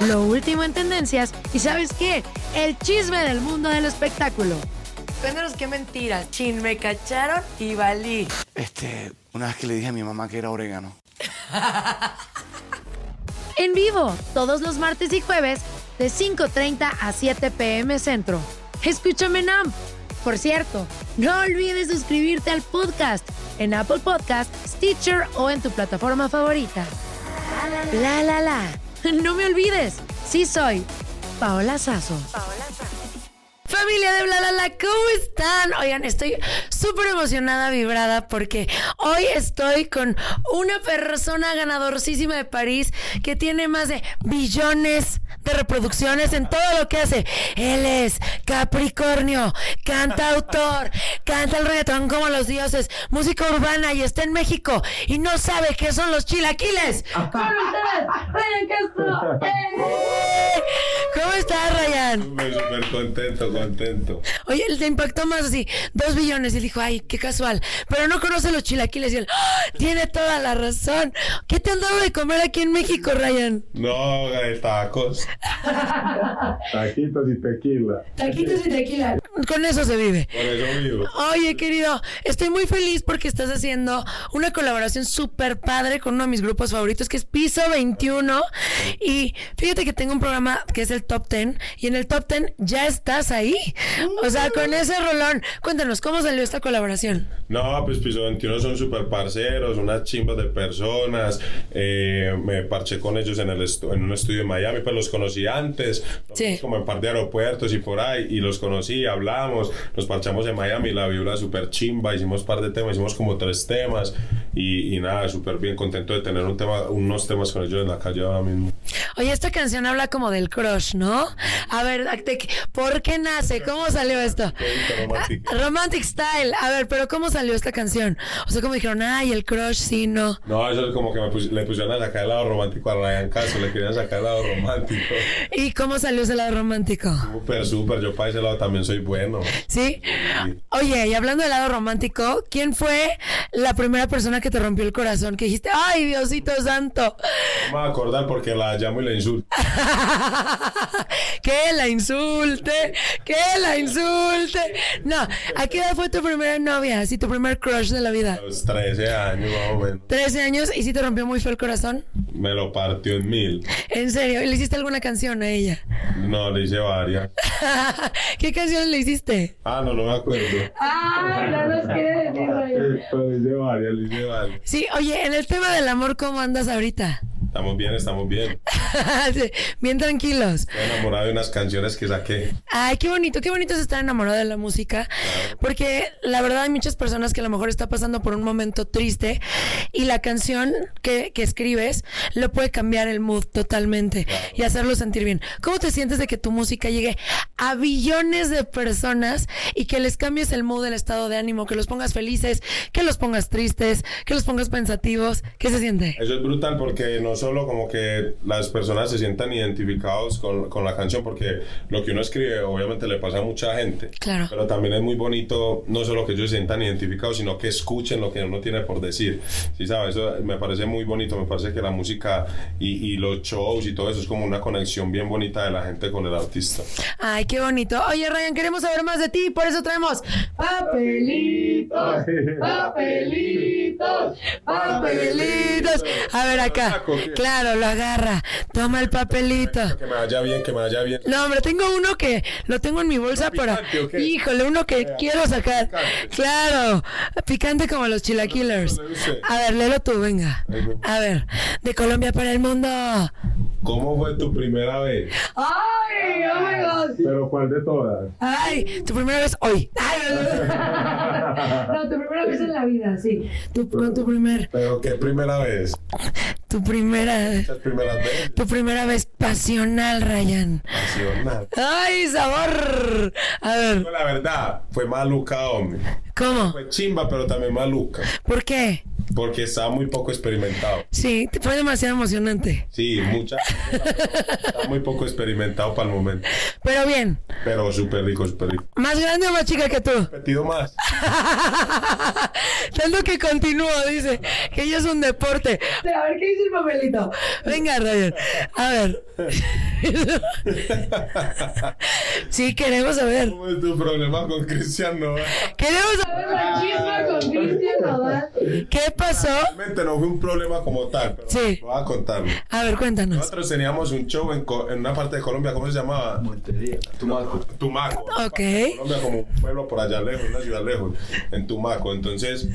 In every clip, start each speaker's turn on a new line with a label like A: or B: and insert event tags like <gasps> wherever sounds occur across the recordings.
A: Lo último en tendencias y ¿sabes qué? El chisme del mundo del espectáculo.
B: Cuéntanos qué mentira. Chin, me cacharon y valí.
C: Este, una vez que le dije a mi mamá que era orégano.
A: En vivo, todos los martes y jueves, de 5.30 a 7 pm centro. Escúchame NAM. Por cierto, no olvides suscribirte al podcast en Apple Podcast, Stitcher o en tu plataforma favorita. La la la. No me olvides. Sí soy Paola Sazo.
B: Familia de Bla La La, ¿cómo están? Oigan, estoy súper emocionada, vibrada, porque hoy estoy con una persona ganadorcísima de París que tiene más de billones de reproducciones en todo lo que hace. Él es Capricornio, cantautor, canta el reggaetón como los dioses, música urbana y está en México y no sabe qué son los chilaquiles. Con ustedes, Ryan Castro. ¡Eh! ¿Cómo estás, Ryan?
D: Súper, súper contento, contento.
B: Oye, le impactó más así, dos billones. Y él dijo, ay, qué casual. Pero no conoce los chilaquiles. Y él, ¡ah! tiene toda la razón. ¿Qué te han dado de comer aquí en México, Ryan?
D: No, de tacos. Taquitos y tequila.
B: Taquitos y tequila. Con eso se vive.
D: Por eso vivo.
B: Oye, querido, estoy muy feliz porque estás haciendo una colaboración súper padre con uno de mis grupos favoritos, que es Piso 21. Y fíjate que tengo un programa que es el Top 10. Y en el Top 10 ya estás ahí. O sea, con ese rolón. Cuéntanos, ¿cómo salió esta colaboración?
D: No, pues Piso 21 son súper parceros, unas chimbas de personas. Eh, me parché con ellos en, el estu- en un estudio en Miami, pues los conocí antes.
B: Sí.
D: Como en par de aeropuertos y por ahí. Y los conocí, hablamos, nos parchamos en Miami, la vibra súper chimba. Hicimos par de temas, hicimos como tres temas. Y, y nada, súper bien contento de tener un tema, unos temas con ellos en la calle ahora mismo.
B: Oye, esta canción habla como del crush, ¿no? A ver, ¿de qué- ¿por qué nace? ¿Cómo salió esto?
D: Poquito romántico.
B: Ah, Romantic Style. A ver, pero ¿cómo salió esta canción? O sea, como dijeron, ay, el crush, sí, no.
D: No, eso es como que me pus- le pusieron a sacar el lado romántico a Ryan Castro, le querían sacar el lado romántico.
B: ¿Y cómo salió ese lado romántico?
D: Súper, súper, yo para ese lado también soy bueno.
B: ¿Sí? Oye, y hablando del lado romántico, ¿quién fue la primera persona que te rompió el corazón? Que dijiste, ay, Diosito Santo. <laughs>
D: No me voy a acordar porque la llamo y la insulto.
B: que la insulte, que la insulte. No, ¿a qué edad fue tu primera novia? Así, tu primer crush de la vida.
D: A los 13 años más o menos.
B: 13 años y sí te rompió muy feo el corazón.
D: Me lo partió en mil.
B: En serio, ¿y le hiciste alguna canción a ella? <laughs>
D: No, le hice varias.
B: ¿Qué canción le hiciste?
D: Ah, no, no me acuerdo. Pero le hice varias, le hice varias.
B: Sí, oye, en el tema del amor, ¿cómo andas ahorita? <laughs>
D: Estamos bien, estamos bien.
B: Sí, Bien tranquilos.
D: Estoy enamorado de unas canciones que saqué.
B: Ay, qué bonito, qué bonito es estar enamorado de la música, porque la verdad hay muchas personas que a lo mejor está pasando por un momento triste y la canción que, que escribes lo puede cambiar el mood totalmente y hacerlo sentir bien. ¿Cómo te sientes de que tu música llegue a billones de personas y que les cambies el mood, el estado de ánimo, que los pongas felices, que los pongas tristes, que los pongas pensativos? ¿Qué se siente?
D: Eso es brutal porque no solo como que las personas se sientan identificados con, con la canción, porque lo que uno escribe obviamente le pasa a mucha gente.
B: Claro.
D: Pero también es muy bonito no solo que ellos se sientan identificados, sino que escuchen lo que uno tiene por decir. Sí, ¿sabes? Eso me parece muy bonito, me parece que la música y, y los shows y todo eso es como una conexión bien bonita de la gente con el <laughs> artista.
B: Ay, qué bonito. Oye, Ryan, queremos saber más de ti, por eso traemos papelitos, papelitos, papelitos. A ver acá. Claro, lo agarra. Toma el papelito.
D: Que me vaya bien, que me vaya bien.
B: No, hombre, tengo uno que lo tengo en mi bolsa para...
D: picante o qué?
B: Híjole, uno que quiero sacar.
D: Picante.
B: Claro, picante como los chilaquilers.
D: No, no, no, no, no.
B: A ver, léelo tú, venga. A ver, de Colombia para el mundo.
D: ¿Cómo fue tu primera vez?
B: Ay, oh my God.
D: Pero ¿cuál de todas?
B: Ay, tu primera vez hoy. Ay, <laughs> no, no, no. No, tu primera vez en la vida, sí. Tu, con tu primer,
D: ¿Pero qué primera vez?
B: tu primera,
D: Las primeras veces.
B: tu primera vez pasional, Ryan.
D: Nacional.
B: Ay, sabor. A ver,
D: La verdad, fue maluca, hombre.
B: ¿cómo?
D: Fue chimba, pero también maluca.
B: ¿Por qué?
D: Porque estaba muy poco experimentado.
B: Sí, te- fue demasiado emocionante. <laughs>
D: Sí, mucha. Estaba muy poco experimentado para el momento.
B: Pero bien,
D: Pero súper rico, súper rico.
B: más grande o más chica que tú. <laughs>
D: Repetido más. <laughs>
B: Tanto que continúo, dice, que ella es un deporte. A ver, ¿qué dice el papelito? Venga, Ryan. A ver. <laughs> sí, queremos saber.
D: ¿Cómo es tu problema con Cristiano?
B: Queremos saber la chispa con Cristian ¿Qué pasó?
D: Realmente no fue un problema como tal, pero
B: Sí.
D: voy a contarlo.
B: A ver, cuéntanos.
D: Nosotros teníamos un show en, Co- en una parte de Colombia, ¿cómo se llamaba? Tumaco. Tumaco.
B: Ok.
D: Colombia como un pueblo por allá lejos, una ciudad lejos, en Tumaco. Entonces,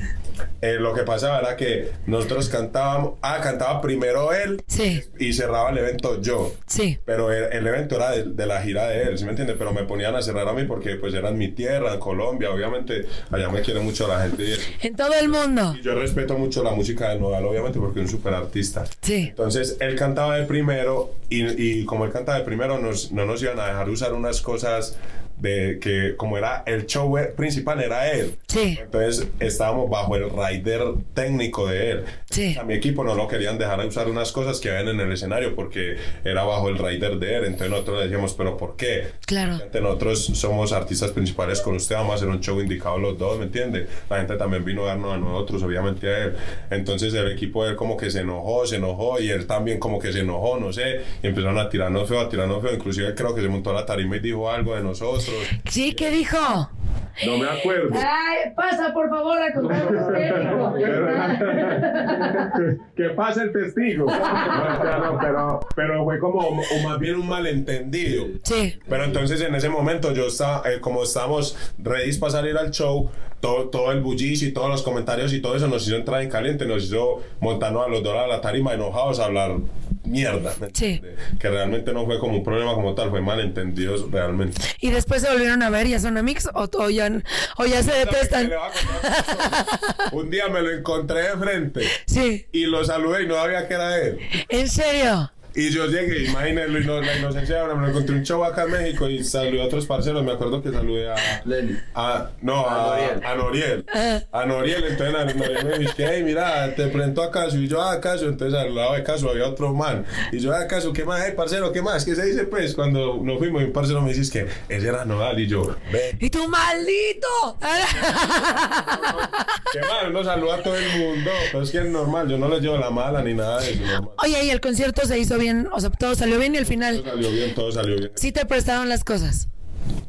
D: eh, lo que pasaba era que nosotros cantábamos, ah, cantaba primero él
B: Sí,
D: y cerraba el evento yo.
B: sí.
D: Pero el, el evento era de, de la gira de él, ¿sí me entiendes? Pero me ponían a cerrar a mí porque pues era en mi tierra, en Colombia, obviamente allá me quiere mucho la gente y eso.
B: En todo el mundo.
D: Y yo respeto mucho la música de Nodal, obviamente, porque es un super artista.
B: Sí.
D: Entonces, él cantaba de primero y, y como él cantaba de primero, nos- no nos iban a dejar usar unas cosas de que como era el show eh, principal, era él.
B: Sí.
D: Entonces, estábamos bajo el rider técnico de él.
B: Sí.
D: A mi equipo no lo querían dejar usar unas cosas que habían en el escenario porque era bajo el rider de él. Entonces, nosotros le decíamos, ¿pero por qué?
B: Claro.
D: Gente, Nosotros somos artistas principales con usted, vamos a hacer un show indicado los dos, ¿me entiende? La gente también vino a darnos a nosotros, obviamente a él. Entonces el equipo de él como que se enojó, se enojó y él también como que se enojó, no sé, y empezaron a tirarnos feo, a tirarnos feo. Inclusive creo que se montó a la tarima y dijo algo de nosotros.
B: Sí, ¿qué dijo?
D: No me acuerdo.
B: Ay, pasa por favor a contarnos
D: que pase el <laughs> testigo. pero, pero fue como o más bien un malentendido.
B: Sí.
D: Pero entonces en ese momento yo estaba, eh, como estábamos ready para salir al show, todo, todo el bullicio y todos los comentarios y todo eso nos hizo entrar en caliente, nos hizo montarnos a los dos a la tarima enojados a hablar mierda. ¿me
B: Sí.
D: entiende? Que realmente no fue como un problema como tal, fue malentendidos realmente.
B: Y después se volvieron a ver, ya son amigos o, o ya, o ya se detestan.
D: Le voy a contar un día me lo encontré de frente
B: Sí,
D: y lo saludé y no sabía que era él.
B: en serio.
D: Y yo llegué, imagínense la inocencia, ahora me lo encontré un show acá en México y saludé a otros parceros, me acuerdo que saludé a... a- no, a, a Noriel. A Noriel, entonces a Noriel me dice, hey, mira, te presento a Caso. Y yo, ah, Caso, entonces al lado de Caso había otro man. Y yo, ah, Caso, ¿qué más? Hey, parcero, ¿qué más? ¿Qué se dice, pues? Cuando nos fuimos, y un parcero me dice que ese era Nodal y yo, ve,
B: Y tú, maldito.
D: qué mal, uno saluda a todo el mundo. Pero es que es normal, yo no le llevo la mala ni nada de eso, normal.
B: Oye, y el concierto se hizo bien, o sea, todo salió bien y al
D: Todo
B: final
D: salió bien, todo salió bien.
B: sí te prestaron las cosas.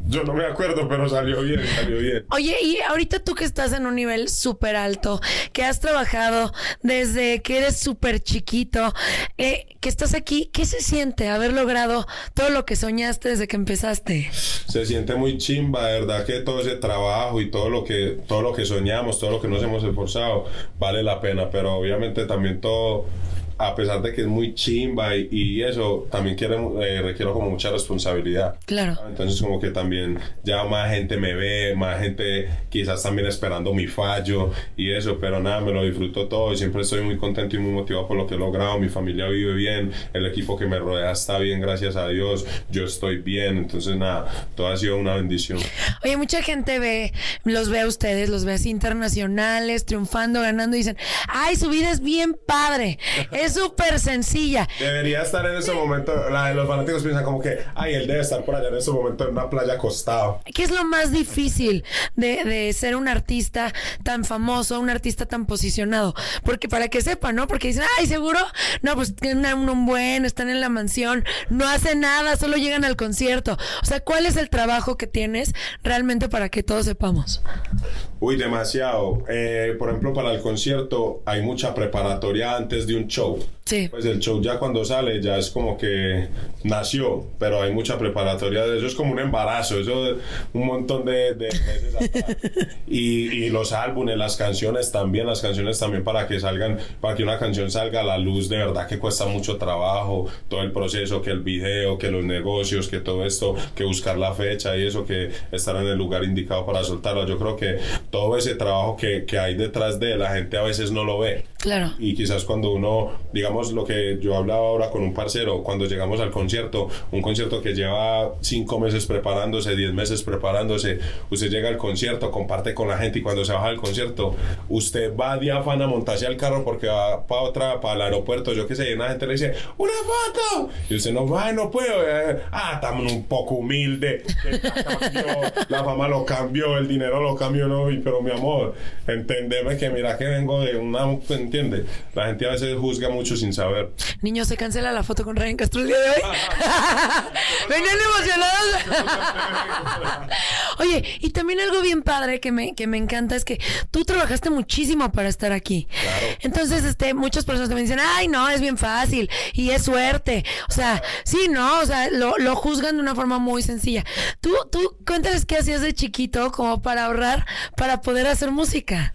D: Yo no me acuerdo, pero salió bien, salió bien.
B: Oye, y ahorita tú que estás en un nivel súper alto, que has trabajado desde que eres súper chiquito, eh, que estás aquí, ¿qué se siente haber logrado todo lo que soñaste desde que empezaste?
D: se siente muy chimba, de verdad que todo ese trabajo y todo lo que todo lo que soñamos, todo lo que nos hemos esforzado vale la pena, pero obviamente también todo a pesar de que es muy chimba y, y eso, también quiere, eh, requiero como mucha responsabilidad.
B: Claro.
D: Ah, Entonces como que también ya más gente me ve, más gente quizás también esperando mi fallo y eso, pero nada, me lo disfruto todo y siempre estoy muy contento y muy motivado por lo que he logrado, mi familia vive bien, el equipo que me rodea está bien, gracias a Dios, yo estoy bien, entonces nada, todo ha sido una bendición.
B: Oye, mucha gente ve, los ve a ustedes, los ve así internacionales, triunfando, ganando, y dicen, ay, su vida es bien padre, es súper sencilla.
D: Debería estar en ese momento, la de los fanáticos piensan como que, ay, él debe estar por allá en ese momento en una playa acostado.
B: ¿Qué es lo más difícil de, de ser un artista tan famoso, un artista tan posicionado? Porque para que sepan, ¿no? Porque dicen, ay, seguro, no, pues tienen un, un buen, están en la mansión, no hacen nada, solo llegan al concierto. O sea, ¿cuál es el trabajo que tienes realmente para que todos sepamos?
D: Uy, demasiado. Eh, por ejemplo, para el concierto hay mucha preparatoria antes de un show.
B: Sí.
D: Pues el show ya cuando sale ya es como que nació, pero hay mucha preparatoria de eso. Es como un embarazo, eso es un montón de, de meses atrás. y, y los álbumes, las canciones también, las canciones también para que salgan, para que una canción salga a la luz, de verdad que cuesta mucho trabajo, todo el proceso, que el video, que los negocios, que todo esto, que buscar la fecha y eso, que estar en el lugar indicado para soltarla. Yo creo que todo ese trabajo que, que hay detrás de la gente a veces no lo ve.
B: Claro.
D: Y quizás cuando uno, digamos lo que yo hablaba ahora con un parcero, cuando llegamos al concierto, un concierto que lleva cinco meses preparándose, diez meses preparándose, usted llega al concierto, comparte con la gente y cuando se baja del concierto, usted va diáfana a montarse al carro porque va para otra, para el aeropuerto, yo qué sé, y una gente le dice, ¡una foto! Y usted no, va, no puedo, eh, ah, estamos un poco humilde, que ya cambió, la fama lo cambió, el dinero lo cambió, no, y- pero mi amor, entendeme que mira que vengo de una, ¿entiendes? La gente a veces juzga mucho sin saber.
B: Niños, se cancela la foto con Ryan Castro el día de hoy. Venían emocionados. Oye, y también algo bien padre que me, que me encanta es que tú trabajaste muchísimo para estar aquí. Entonces, este, muchas personas también dicen, ay, no, es bien fácil y es suerte. O sea, sí, no, o sea, lo, lo juzgan de una forma muy sencilla. Tú, tú, cuéntales qué hacías de chiquito como para ahorrar, para poder hacer música.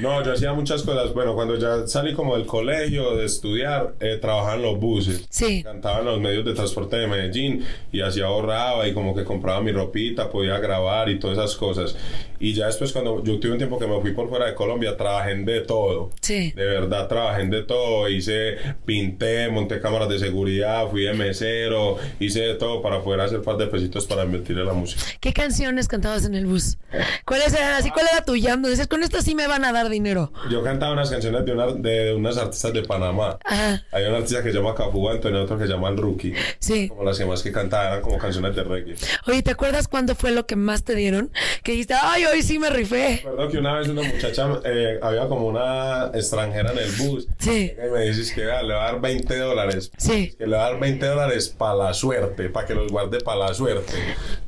D: No, yo hacía muchas cosas. Bueno, cuando ya salí como del colegio, de estudiar, eh, trabajaba en los buses.
B: Sí.
D: Cantaba en los medios de transporte de Medellín y así ahorraba y como que compraba mi ropita, podía grabar y todas esas cosas. Y ya después cuando yo tuve un tiempo que me fui por fuera de Colombia, trabajé en de todo.
B: Sí.
D: De verdad, trabajé en de todo. Hice, pinté, monté cámaras de seguridad, fui de mesero, hice de todo para poder hacer par de pesitos para invertir en la música.
B: ¿Qué canciones cantabas en el bus? ¿Cuáles eran así? ¿Cuál era tu llanto? Dices, con esta sí me van a dar dinero.
D: Yo cantaba unas canciones de, una- de unas artistas de Panamá.
B: Ajá,
D: Hay un artista que se llama Cafú Antonio, otro que se llama El Rookie.
B: sí.
D: Como las que más que cantaba eran como canciones de reggae.
B: Oye, ¿te acuerdas cuándo fue lo que más te dieron? Que dijiste, ay, hoy sí me rifé.
D: Recuerdo que una vez una muchacha, eh, había como una extranjera en el bus.
B: Sí.
D: Y me dices que vea, le va a dar 20 dólares.
B: Sí.
D: Que le va a dar 20 dólares para la suerte, para que los guarde para la suerte.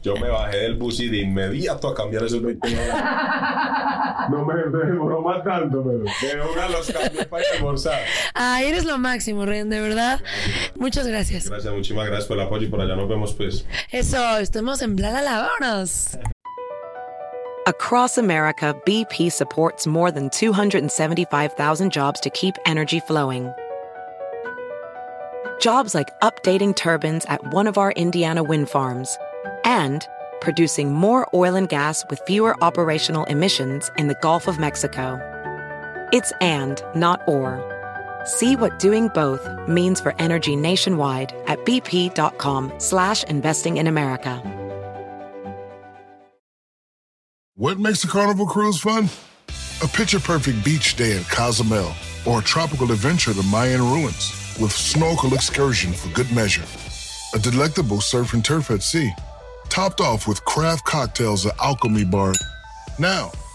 D: Yo me bajé del bus y de inmediato a cambiar esos 20 dólares. No me me demoró matándomelo. De una los cambié para almorzar.
B: Ay, Ah, eres lo máximo, Ryan, de verdad. Muchas gracias.
D: Gracias, muchísimas gracias por el apoyo y por allá nos vemos pues.
B: Eso, estamos en Bla La La, vámonos.
E: Across America, BP supports more than 275,000 jobs to keep energy flowing. Jobs like updating turbines at one of our Indiana wind farms and producing more oil and gas with fewer operational emissions in the Gulf of Mexico. It's and, not or. See what doing both means for energy nationwide at bp.com slash investing in America.
F: What makes a carnival cruise fun? A picture perfect beach day in Cozumel or a tropical adventure to Mayan ruins with snorkel excursion for good measure. A delectable surf and turf at sea, topped off with craft cocktails at Alchemy Bar. Now,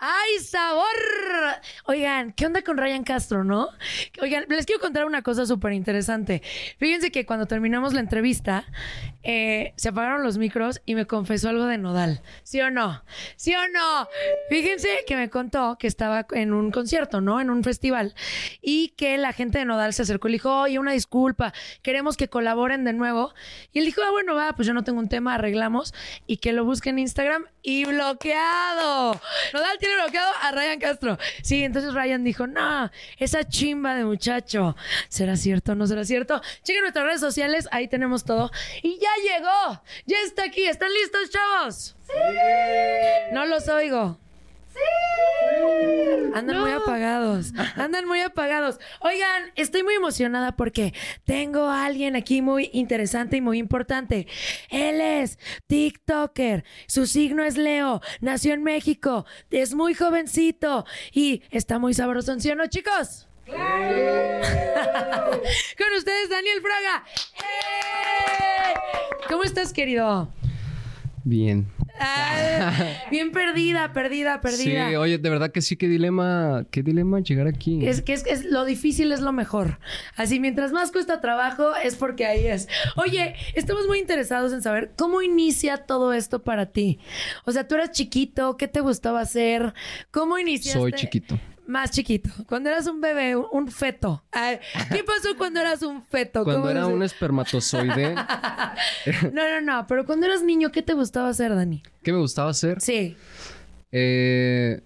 B: ¡Ay, sabor! Oigan, ¿qué onda con Ryan Castro, no? Oigan, les quiero contar una cosa súper interesante. Fíjense que cuando terminamos la entrevista, eh, se apagaron los micros y me confesó algo de Nodal. ¿Sí o no? ¿Sí o no? Fíjense que me contó que estaba en un concierto, ¿no? En un festival. Y que la gente de Nodal se acercó y le dijo, oye, una disculpa, queremos que colaboren de nuevo. Y él dijo, ah, bueno, va, pues yo no tengo un tema, arreglamos. Y que lo busquen en Instagram y bloqueado. Nodal tiene bloqueado a Ryan Castro. Sí, entonces Ryan dijo, no, esa chimba de muchacho. ¿Será cierto o no será cierto? Chequen nuestras redes sociales, ahí tenemos todo. Y ya llegó, ya está aquí. ¿Están listos, chavos? No los oigo. Andan muy apagados. Andan muy apagados. Oigan, estoy muy emocionada porque tengo a alguien aquí muy interesante y muy importante. Él es TikToker. Su signo es Leo. Nació en México. Es muy jovencito y está muy sabroso, ¿sí o no, chicos? <laughs> Con ustedes, Daniel Fraga. ¡Eh! ¿Cómo estás, querido?
G: Bien.
B: Ay, bien perdida, perdida, perdida.
G: Sí, Eh, oye, de verdad que sí, qué dilema, qué dilema llegar aquí.
B: Es que es, es- lo difícil es lo mejor. Así, mientras más cuesta trabajo, es porque ahí es. Oye, estamos muy interesados en saber cómo inicia todo esto para ti. O sea, tú eras chiquito, ¿qué te gustaba hacer? ¿Cómo iniciaste?
G: Soy chiquito.
B: Más chiquito. Cuando eras un bebé, un, un feto. Ay, ¿Qué pasó cuando eras un feto? ¿Cómo
G: Cuando era
B: eras?
G: un espermatozoide,
B: <laughs> No, no, no. Pero cuando eras niño, ¿qué te gustaba hacer, Dani?
G: ¿qué me gustaba hacer?
B: Sí.
G: Eh,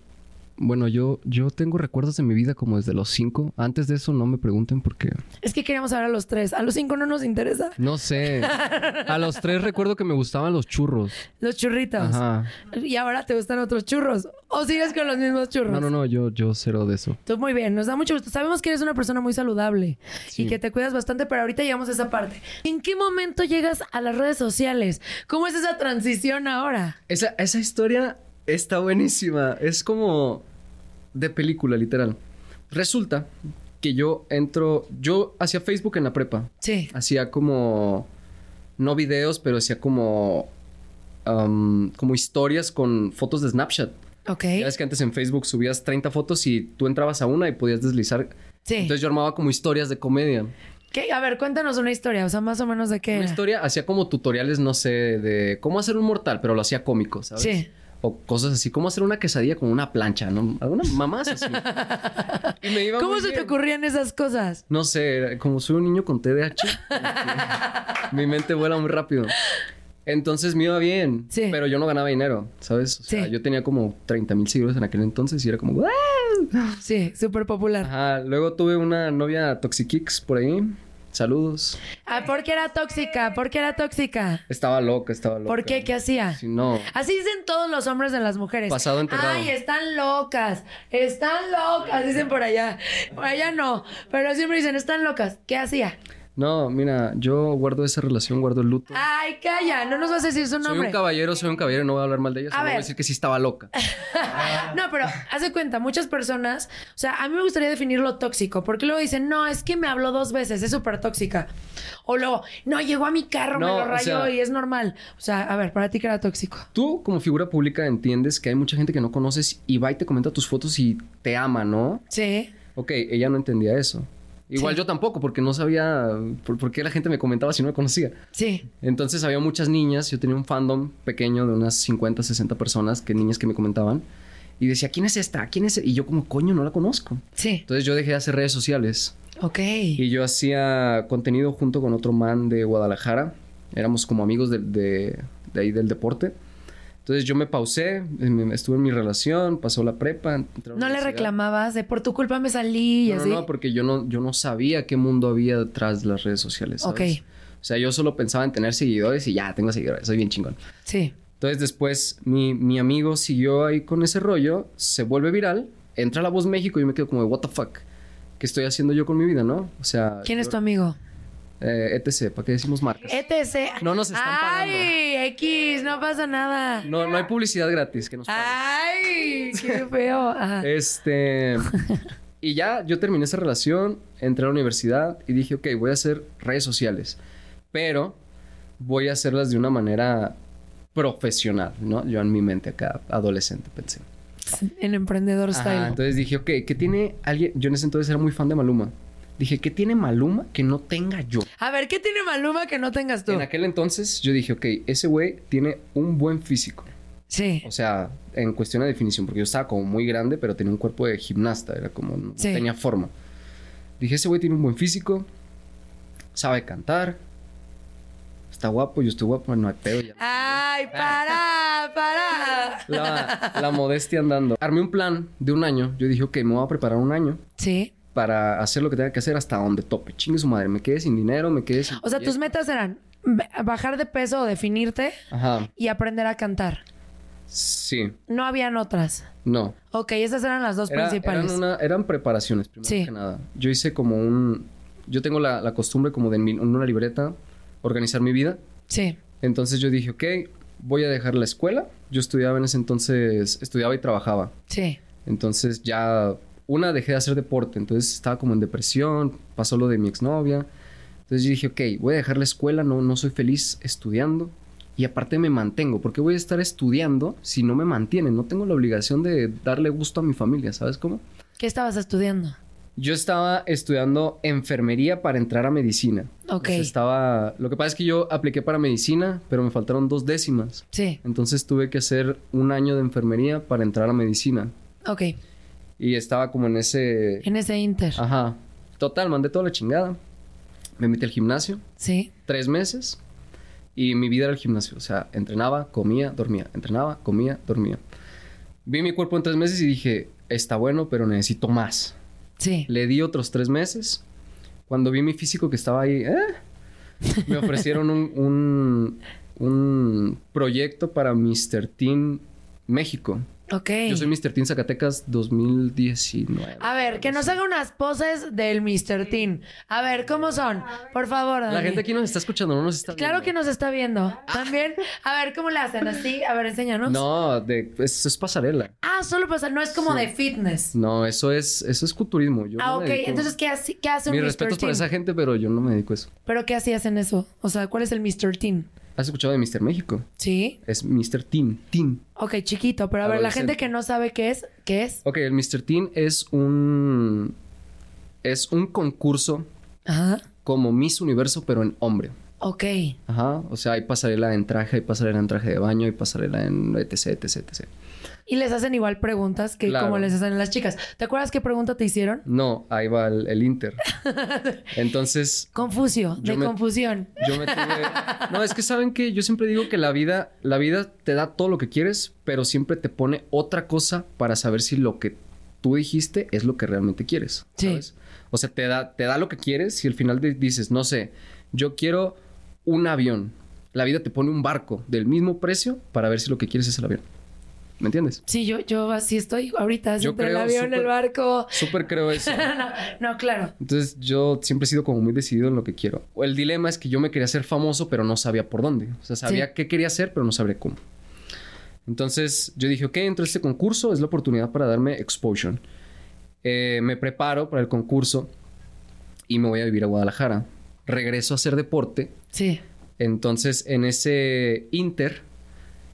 G: bueno, yo, yo tengo recuerdos de mi vida como desde los cinco. Antes de eso no me pregunten porque
B: Es que queríamos hablar a los tres. A los cinco no nos interesa.
G: no sé. A los tres recuerdo que me gustaban los churros.
B: Los churritos.
G: Ajá.
B: Y ahora te gustan otros churros. O sigues con los mismos churros.
G: No, no, no, yo, yo cero de eso.
B: Tú muy bien, nos da mucho gusto. Sabemos que eres una persona muy saludable y que te cuidas bastante, pero ahorita llegamos a esa parte. ¿En qué momento llegas a las redes sociales? ¿Cómo es esa transición ahora?
G: Esa, esa historia está buenísima. Es como de película, literal. Resulta que yo entro. Yo hacía Facebook en la prepa.
B: Sí.
G: Hacía como. No videos, pero hacía como. am, como historias con fotos de Snapchat.
B: Ok.
G: Ya ves que antes en Facebook subías 30 fotos y tú entrabas a una y podías deslizar.
B: Sí.
G: Entonces yo armaba como historias de comedia.
B: ¿Qué? A ver, cuéntanos una historia, o sea, más o menos de qué.
G: Una
B: era.
G: historia, hacía como tutoriales, no sé, de cómo hacer un mortal, pero lo hacía cómico, ¿sabes?
B: Sí.
G: O cosas así, cómo hacer una quesadilla con una plancha, ¿no? Algunas mamás
B: <laughs>
G: así. Y me iba
B: ¿Cómo
G: muy
B: se te
G: bien.
B: ocurrían esas cosas?
G: No sé, era- como soy un niño con TDAH,
B: <laughs>
G: mi mente vuela muy rápido. Entonces me iba bien,
B: Sí.
G: pero yo no ganaba dinero, ¿sabes? O sea,
B: Sí.
G: yo tenía como 30 mil seguidores en aquel entonces y era como... "¡Ah!".
B: Sí, súper popular.
G: Ajá, luego tuve una novia Toxikix por ahí. Saludos.
B: Ah, ¿por qué era tóxica? ¿Por qué era tóxica?
G: Estaba loca, estaba loca.
B: ¿Por qué? ¿Qué hacía?
G: Si no...
B: Así dicen todos los hombres de las mujeres.
G: Pasado enterrado.
B: Ay, están locas. Están locas, dicen por allá. Por allá no. Pero siempre dicen, están locas. ¿Qué hacía?
G: No, mira, yo guardo esa relación, guardo el luto.
B: Ay, calla, no nos vas a decir su
G: soy
B: nombre.
G: un caballero, soy un caballero, no voy a hablar mal de ella, solo voy
B: ver.
G: a decir que sí estaba loca.
B: <laughs> no, pero haz de cuenta, muchas personas, o sea, a mí me gustaría definir lo tóxico, porque luego dicen, no, es que me habló dos veces, es súper tóxica. O luego, no, llegó a mi carro, me
G: No,
B: lo
G: o
B: rayó
G: sea-
B: y es normal. O sea, a ver, para ti que era tóxico.
G: Tú, como figura pública, entiendes que hay mucha gente que no conoces y va y te comenta tus fotos y te ama, ¿no?
B: Sí.
G: Ok, ella no entendía eso. Igual
B: Sí.
G: yo tampoco, porque no sabía por, por qué la gente me comentaba si no me conocía.
B: Sí.
G: Entonces había muchas niñas, yo tenía un fandom pequeño de unas 50, 60 personas, que niñas que me comentaban. Y decía, ¿quién es esta? ¿Quién es? e-?" Y yo como, coño, no la conozco.
B: Sí.
G: Entonces yo dejé de hacer redes sociales.
B: Ok.
G: Y yo hacía contenido junto con otro man de Guadalajara. Éramos como amigos de, de- de ahí del deporte. Entonces yo me pausé, me- estuve en mi relación, pasó la prepa. entré a la
B: No le
G: universidad.
B: reclamabas de por tu culpa me salí y
G: No, no,
B: así.
G: no, porque yo no, yo no sabía qué mundo había detrás de las redes sociales. ¿sabes?
B: Ok.
G: O sea, yo solo pensaba en tener seguidores y ya, tengo seguidores, soy bien chingón.
B: Sí.
G: Entonces después mi, mi amigo siguió ahí con ese rollo, se vuelve viral, entra La Voz México y yo me quedo como, de, what the fuck, ¿qué estoy haciendo yo con mi vida, no? O sea...
B: ¿Quién es
G: yo-
B: tu amigo?
G: eh, etc. ¿Para qué decimos marcas?
A: Este E
B: ETC.
G: No nos están
B: Ay, X, no pasa nada.
G: No, no hay publicidad gratis que nos paguen.
B: Ay, qué feo.
A: Ah.
B: Ajá.
G: Este. Y ya yo terminé esa relación, entré a la universidad y dije, ok, voy a hacer redes sociales, pero voy a hacerlas de una manera profesional, ¿no? Yo en mi mente acá, adolescente, pensé.
A: tips en Emprendedor
B: Ajá,
A: Style.
B: entonces dije, ok, ¿qué tiene alguien? Yo en ese entonces era muy fan de Maluma. Dije, ¿qué tiene Maluma que no tenga yo?
A: A ver, ¿qué tiene Maluma que no tengas tú?
B: En aquel entonces yo dije, ok, ese güey tiene un buen físico.
A: Sí.
B: O sea, en cuestión de definición, porque yo estaba como muy grande, pero tenía un cuerpo de gimnasta, era como, no
A: Sí.
B: tenía forma. Dije, ese güey tiene un buen físico, sabe cantar, está guapo, yo estoy guapo, no hay pedo ya.
A: Ay, para, para.
B: La, la modestia andando. Armé un plan de un año, yo dije, ok, me voy a preparar un año
A: Sí.
B: para hacer lo que tenga que hacer hasta donde tope. Chingue su madre, me quedé sin dinero, me quedé sin...
A: O sea, tus metas eran b- bajar de peso o definirte
B: Ajá,
A: y aprender a cantar.
B: sí,
A: No habían otras.
B: no.
A: Ok, esas eran las dos
B: Era-
A: principales.
B: Eran, una- eran preparaciones, primero
A: Sí.
B: que nada. Yo hice como un... Yo tengo la, la costumbre como de en, mi- en una libreta organizar mi vida.
A: Sí.
B: Entonces yo dije, ok, voy a dejar la escuela. Yo estudiaba en ese entonces, estudiaba y trabajaba.
A: Sí.
B: Entonces ya una dejé de hacer deporte, entonces estaba como en depresión, pasó lo de mi exnovia. Entonces yo dije, ok, voy a dejar la escuela, no, no soy feliz estudiando y aparte me mantengo, porque voy a estar estudiando si no me mantienen, no tengo la obligación de darle gusto a mi familia, ¿sabes cómo?
A: ¿Qué estabas estudiando?
B: Yo estaba estudiando enfermería para entrar a medicina.
A: Ok.
B: Entonces estaba, lo que pasa es que yo apliqué para medicina, pero me faltaron dos décimas.
A: Sí.
B: Entonces tuve que hacer un año de enfermería para entrar a medicina.
A: Ok.
B: Y estaba como en ese...
A: En ese inter.
B: Ajá. Total, mandé toda la chingada. Me metí al gimnasio,
A: Sí.
B: tres meses. Y mi vida era el gimnasio. O sea, entrenaba, comía, dormía. Entrenaba, comía, dormía. Vi mi cuerpo en tres meses y dije, está bueno, pero necesito más.
A: Sí.
B: Le di otros tres meses. Cuando vi mi físico que estaba ahí, "Eh", me ofrecieron un, un, un proyecto para Mr. Teen México.
A: Ok.
B: Yo soy Mr. Teen Zacatecas 2019.
A: A ver, que nos haga unas poses del Mr. Teen. A ver, ¿cómo son? Por favor,
B: La
A: Dani.
B: gente aquí nos está escuchando, no nos está
A: Claro
B: viendo.
A: que nos está viendo. También, a ver, ¿cómo la hacen? Así, a ver, enséñanos.
B: No, de, es, es pasarela.
A: Ah, solo pasa, no es como de fitness.
B: No, eso es, eso es culturismo. Yo
A: ah,
B: no
A: ok.
B: me dedico-
A: Entonces, ¿qué, hace- qué hace un
B: Mis
A: Mr.
B: respetos
A: Teen?
B: para esa gente, pero yo no me dedico a eso.
A: ¿Pero qué así hacen eso? O sea, ¿cuál es el Mr. Teen?
B: ¿Has escuchado de Mr. México?
A: Sí.
B: Es Mr. Teen. Teen.
A: Ok, chiquito, pero a ver, la gente
B: Adolescente.
A: que no sabe qué es, ¿qué es?
B: Ok, el Mr. Teen es un... Es un concurso
A: Ajá.
B: como Miss Universo, pero en hombre.
A: Ok.
B: Ajá. O sea, hay pasarela en traje, hay pasarela en traje de baño, hay pasarela en etc, etc, etc.
A: Y les hacen igual preguntas que
B: Claro.
A: como les hacen las chicas. ¿Te acuerdas qué pregunta te hicieron?
B: <laughs> No, ahí va el,
A: <laughs>
B: el Inter. Entonces,
A: Confucio,
B: Yo
A: de
B: me-
A: confusión.
B: Yo me tuve... No, es que saben que yo siempre digo que la vida, la vida te da todo lo que quieres, pero siempre te pone otra cosa para saber si lo que tú dijiste es lo que realmente quieres.
A: Sí.
B: ¿sabes? O sea, te da, te da lo que quieres y al final de- dices, no sé, yo quiero un avión. La vida te pone un barco del mismo precio para ver si lo que quieres es el avión. ¿Me entiendes?
A: Sí, yo, yo así estoy ahorita, así
B: Yo
A: entre el
B: creo
A: avión,
B: súper-
A: el barco.
B: Súper creo eso.
A: <laughs> no, no, claro.
B: Entonces yo siempre he sido como muy decidido en lo que quiero. El dilema es que yo me quería hacer famoso, pero no sabía por dónde. O sea, sabía
A: Sí.
B: qué quería hacer, pero no sabía cómo. Entonces yo dije, ok, entro a este concurso, es la oportunidad para darme exposure. Eh, me preparo para el concurso y me voy a vivir a Guadalajara. Regreso a hacer deporte.
A: Sí.
B: Entonces en ese inter,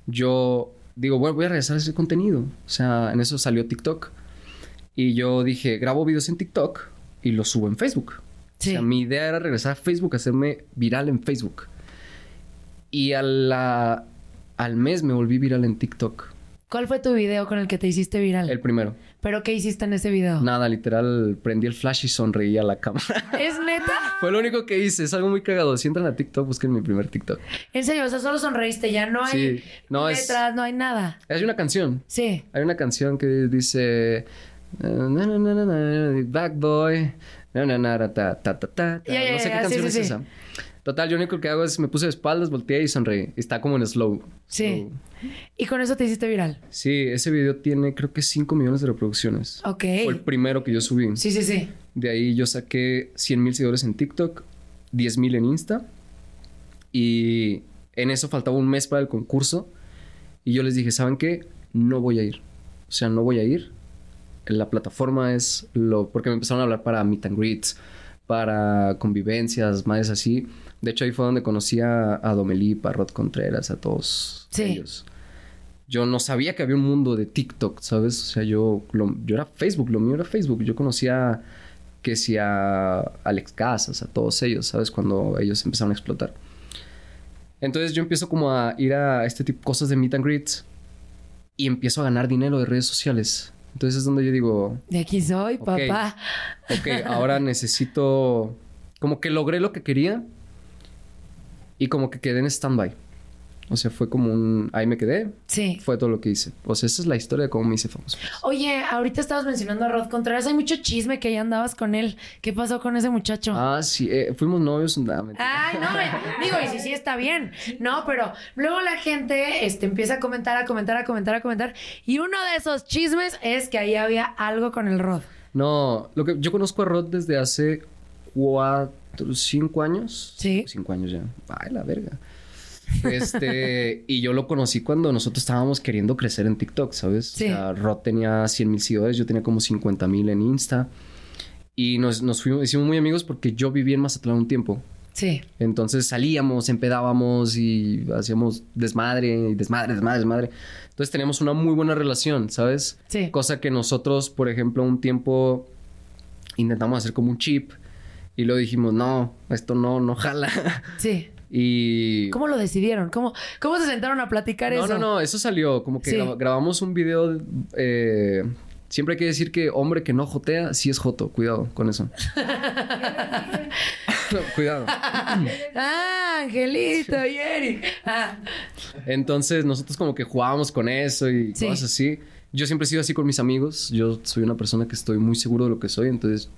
B: yo digo, bueno, voy a regresar a ese contenido. O sea, en eso salió TikTok. Y yo dije, grabo videos en TikTok y los subo en Facebook.
A: Sí.
B: O sea, mi idea era regresar a Facebook, hacerme viral en Facebook. Y a la- al mes me volví viral en TikTok.
A: ¿Cuál fue tu video con el que te hiciste viral?
B: El primero.
A: ¿Pero qué hiciste en ese video?
B: Nada, literal, prendí el flash y sonreí a la cámara.
A: ¿Es neta?
B: <laughs> Fue lo único que hice. Es algo muy cagado. Si entran a TikTok, busquen mi primer TikTok.
A: En serio, o sea, solo sonreíste, ya no hay
B: Sí. No, es-
A: letras, no hay nada.
B: Hay una canción.
A: Sí.
B: Hay una canción que dice... eh, "Na, na, na, na, na, Back Boy. na, na, na, ra, ta, ta, ta, ta, ta".
A: Ya, ya,
B: No sé
A: ya,
B: qué
A: sí,
B: canción
A: sí,
B: es
A: sí.
B: esa. Total, yo lo único que hago es me puse de espaldas, volteé y sonreí. Está como en slow.
A: Sí.
B: Slow.
A: Y con eso te hiciste viral.
B: Sí, ese video tiene creo que 5 millones de reproducciones.
A: Ok.
B: Fue el primero que yo subí.
A: Sí, sí, sí.
B: De ahí yo saqué 100 mil seguidores en TikTok, 10 mil en Insta. Y en eso faltaba un mes para el concurso. Y yo les dije, ¿saben qué? No voy a ir. O sea, no voy a ir. La plataforma es lo... Porque me empezaron a hablar para meet and greets, para convivencias, madres así. De hecho, ahí fue donde conocí a, a Domelí, a Rod Contreras, a todos
A: Sí.
B: ellos. yo no sabía que había un mundo de TikTok, ¿sabes? O sea, yo, lo- yo era Facebook, lo mío era Facebook. Yo conocía que si a Alex Casas, a todos ellos, ¿sabes? Cuando ellos empezaron a explotar. Entonces yo empiezo como a ir a este tipo cosas de meet and greets y empiezo a ganar dinero de redes sociales. Entonces es donde yo digo,
A: De aquí soy,
B: Ok.
A: papá.
B: ok,
A: <laughs>
B: ahora necesito... Como que logré lo que quería y como que quedé en stand-by. O sea, fue como un... Ahí me quedé,
A: Sí.
B: fue todo lo que hice. O sea, esa es la historia de cómo me hice famoso.
A: Oye, ahorita estabas mencionando a Rod Contreras. Hay mucho chisme que ya andabas con él. ¿Qué pasó con ese muchacho?
B: Ah, sí, eh, fuimos novios. Nah, mentira.
A: Ay, no, me- digo, y sí, sí, está bien. No, pero luego la gente este, empieza a comentar, a comentar, a comentar, a comentar. Y uno de esos chismes es que ahí había algo con el Rod.
B: No, lo que yo conozco a Rod desde hace cuatro, cinco años.
A: Sí.
B: Cinco años ya. Ay, la verga. Este, <laughs> y yo lo conocí cuando nosotros estábamos queriendo crecer en TikTok, ¿sabes?
A: Sí.
B: O sea, Rod tenía 100 mil seguidores, yo tenía como 50 mil en Insta. Y nos, nos fuimos, hicimos muy amigos porque yo viví en Mazatlán un tiempo.
A: Sí.
B: Entonces salíamos, empedábamos y hacíamos desmadre, y desmadre, desmadre, desmadre. Entonces teníamos una muy buena relación, ¿sabes?
A: Sí. <laughs>
B: Cosa que nosotros, por ejemplo, un tiempo intentamos hacer como un chip y luego dijimos, no, esto no, no jala.
A: Sí.
B: y...
A: ¿Cómo lo decidieron? ¿Cómo, cómo se sentaron a platicar
B: No,
A: eso?
B: no, no, eso salió. Como que
A: Sí.
B: gra- grabamos un video. eh, siempre hay que decir que hombre que no jotea, sí es joto. Cuidado
A: <laughs>
B: con eso. No, Cuidado.
A: Ah, Angelito y Eric. Ah,
B: Entonces nosotros como que jugábamos con eso y
A: Sí.
B: cosas así. Yo siempre he sido así con mis amigos. Yo soy una persona que estoy muy seguro de lo que soy, entonces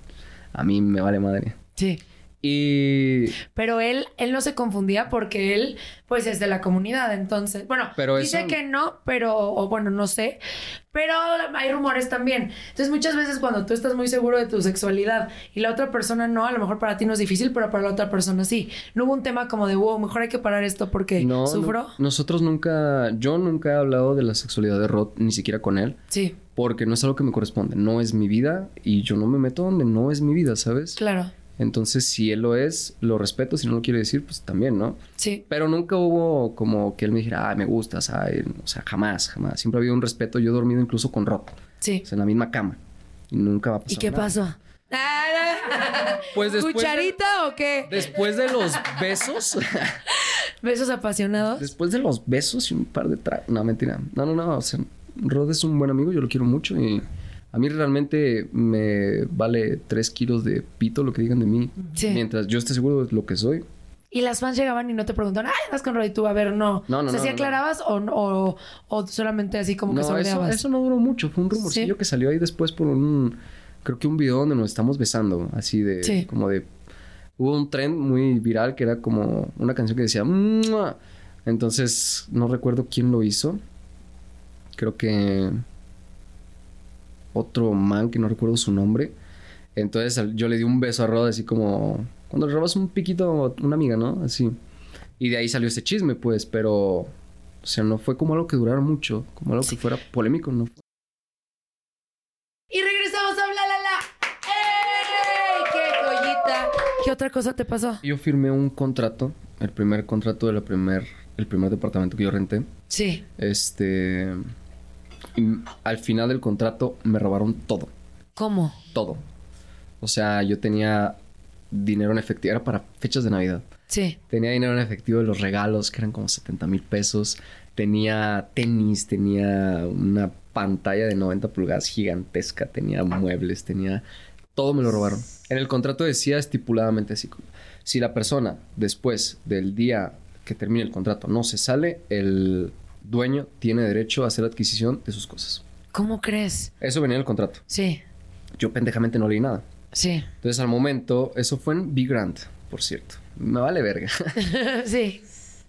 B: a mí me vale madre.
A: sí.
B: Y
A: Pero él, él no se confundía porque él, pues, es de la comunidad. Entonces, bueno,
B: Pero
A: dice
B: eso-
A: que no, pero, o bueno, no sé. Pero hay rumores también. Entonces, muchas veces cuando tú estás muy seguro de tu sexualidad y la otra persona no, a lo mejor para ti no es difícil, pero para la otra persona sí. No hubo un tema como de, wow, mejor hay que parar esto porque
B: no,
A: sufro.
B: no- nosotros nunca, yo nunca he hablado de la sexualidad de Rod, ni siquiera con él,
A: Sí,
B: porque no es algo que me corresponde, no es mi vida y yo no me meto donde no es mi vida, ¿sabes?
A: claro.
B: Entonces si él lo es, lo respeto, si no lo quiere decir, pues también, ¿no?
A: Sí,
B: Pero nunca hubo como que él me dijera, ah, me gustas, ay", o sea, jamás, jamás. Siempre ha habido un respeto. Yo he dormido incluso con Rob,
A: sí.
B: o sea, en la misma cama. Y nunca va a pasar.
A: ¿Y qué
B: nada.
A: pasó?
B: Pues después de-
A: ¿Cucharita o qué?
B: Después de los besos,
A: <laughs> ¿Besos apasionados?
B: después de los besos y un par de tragos. No, mentira. No, no, no. O sea, Rod es un buen amigo, yo lo quiero mucho y a mí realmente me vale tres kilos de pito lo que digan de mí.
A: Sí.
B: Mientras yo esté seguro de lo que soy.
A: Y las fans llegaban y no te preguntaban, ay, andas con Roy tú, a ver, no.
B: No, no,
A: O sea,
B: no,
A: ¿sí
B: no, no.
A: aclarabas o, o, o solamente así como que
B: no, eso,
A: sondeabas?
B: eso no duró mucho. Fue un rumorcillo
A: Sí.
B: que salió ahí después por un... Creo que un video donde nos estamos besando. Así de...
A: Sí.
B: Como de... Hubo un trend muy viral que era como una canción que decía... "Mua". Entonces, no recuerdo quién lo hizo. Creo que... Otro man que no recuerdo su nombre. Entonces al- yo le di un beso a Rod así como... Cuando le robas un piquito a una amiga, ¿no? Así. Y de ahí salió ese chisme, pues, pero... O sea, no fue como algo que durara mucho, como algo que fuera polémico, ¿no?
A: Y regresamos a bla, la, la. ¡Ey! ¡Qué joyita! ¿Qué otra cosa te pasó?
B: Yo firmé un contrato, el primer contrato de la primer, el primer departamento que yo renté.
A: Sí.
B: Este... y m- al final del contrato me robaron todo,
A: ¿Cómo?
B: todo. O sea, yo tenía dinero en efectivo, era para fechas de Navidad.
A: Sí.
B: Tenía dinero en efectivo de los regalos, que eran como 70 mil pesos. Tenía tenis, tenía una pantalla de 90 pulgadas gigantesca, tenía muebles, tenía... Todo me lo robaron. En el contrato decía estipuladamente así, como, si la persona después del día que termine el contrato no se sale, el dueño tiene derecho a hacer adquisición de sus cosas.
A: ¿Cómo crees?
B: Eso venía en el contrato.
A: Sí.
B: Yo pendejamente no leí nada.
A: Sí.
B: Entonces al momento, eso fue en Big Grant, por cierto. Me vale verga.
A: <laughs> sí.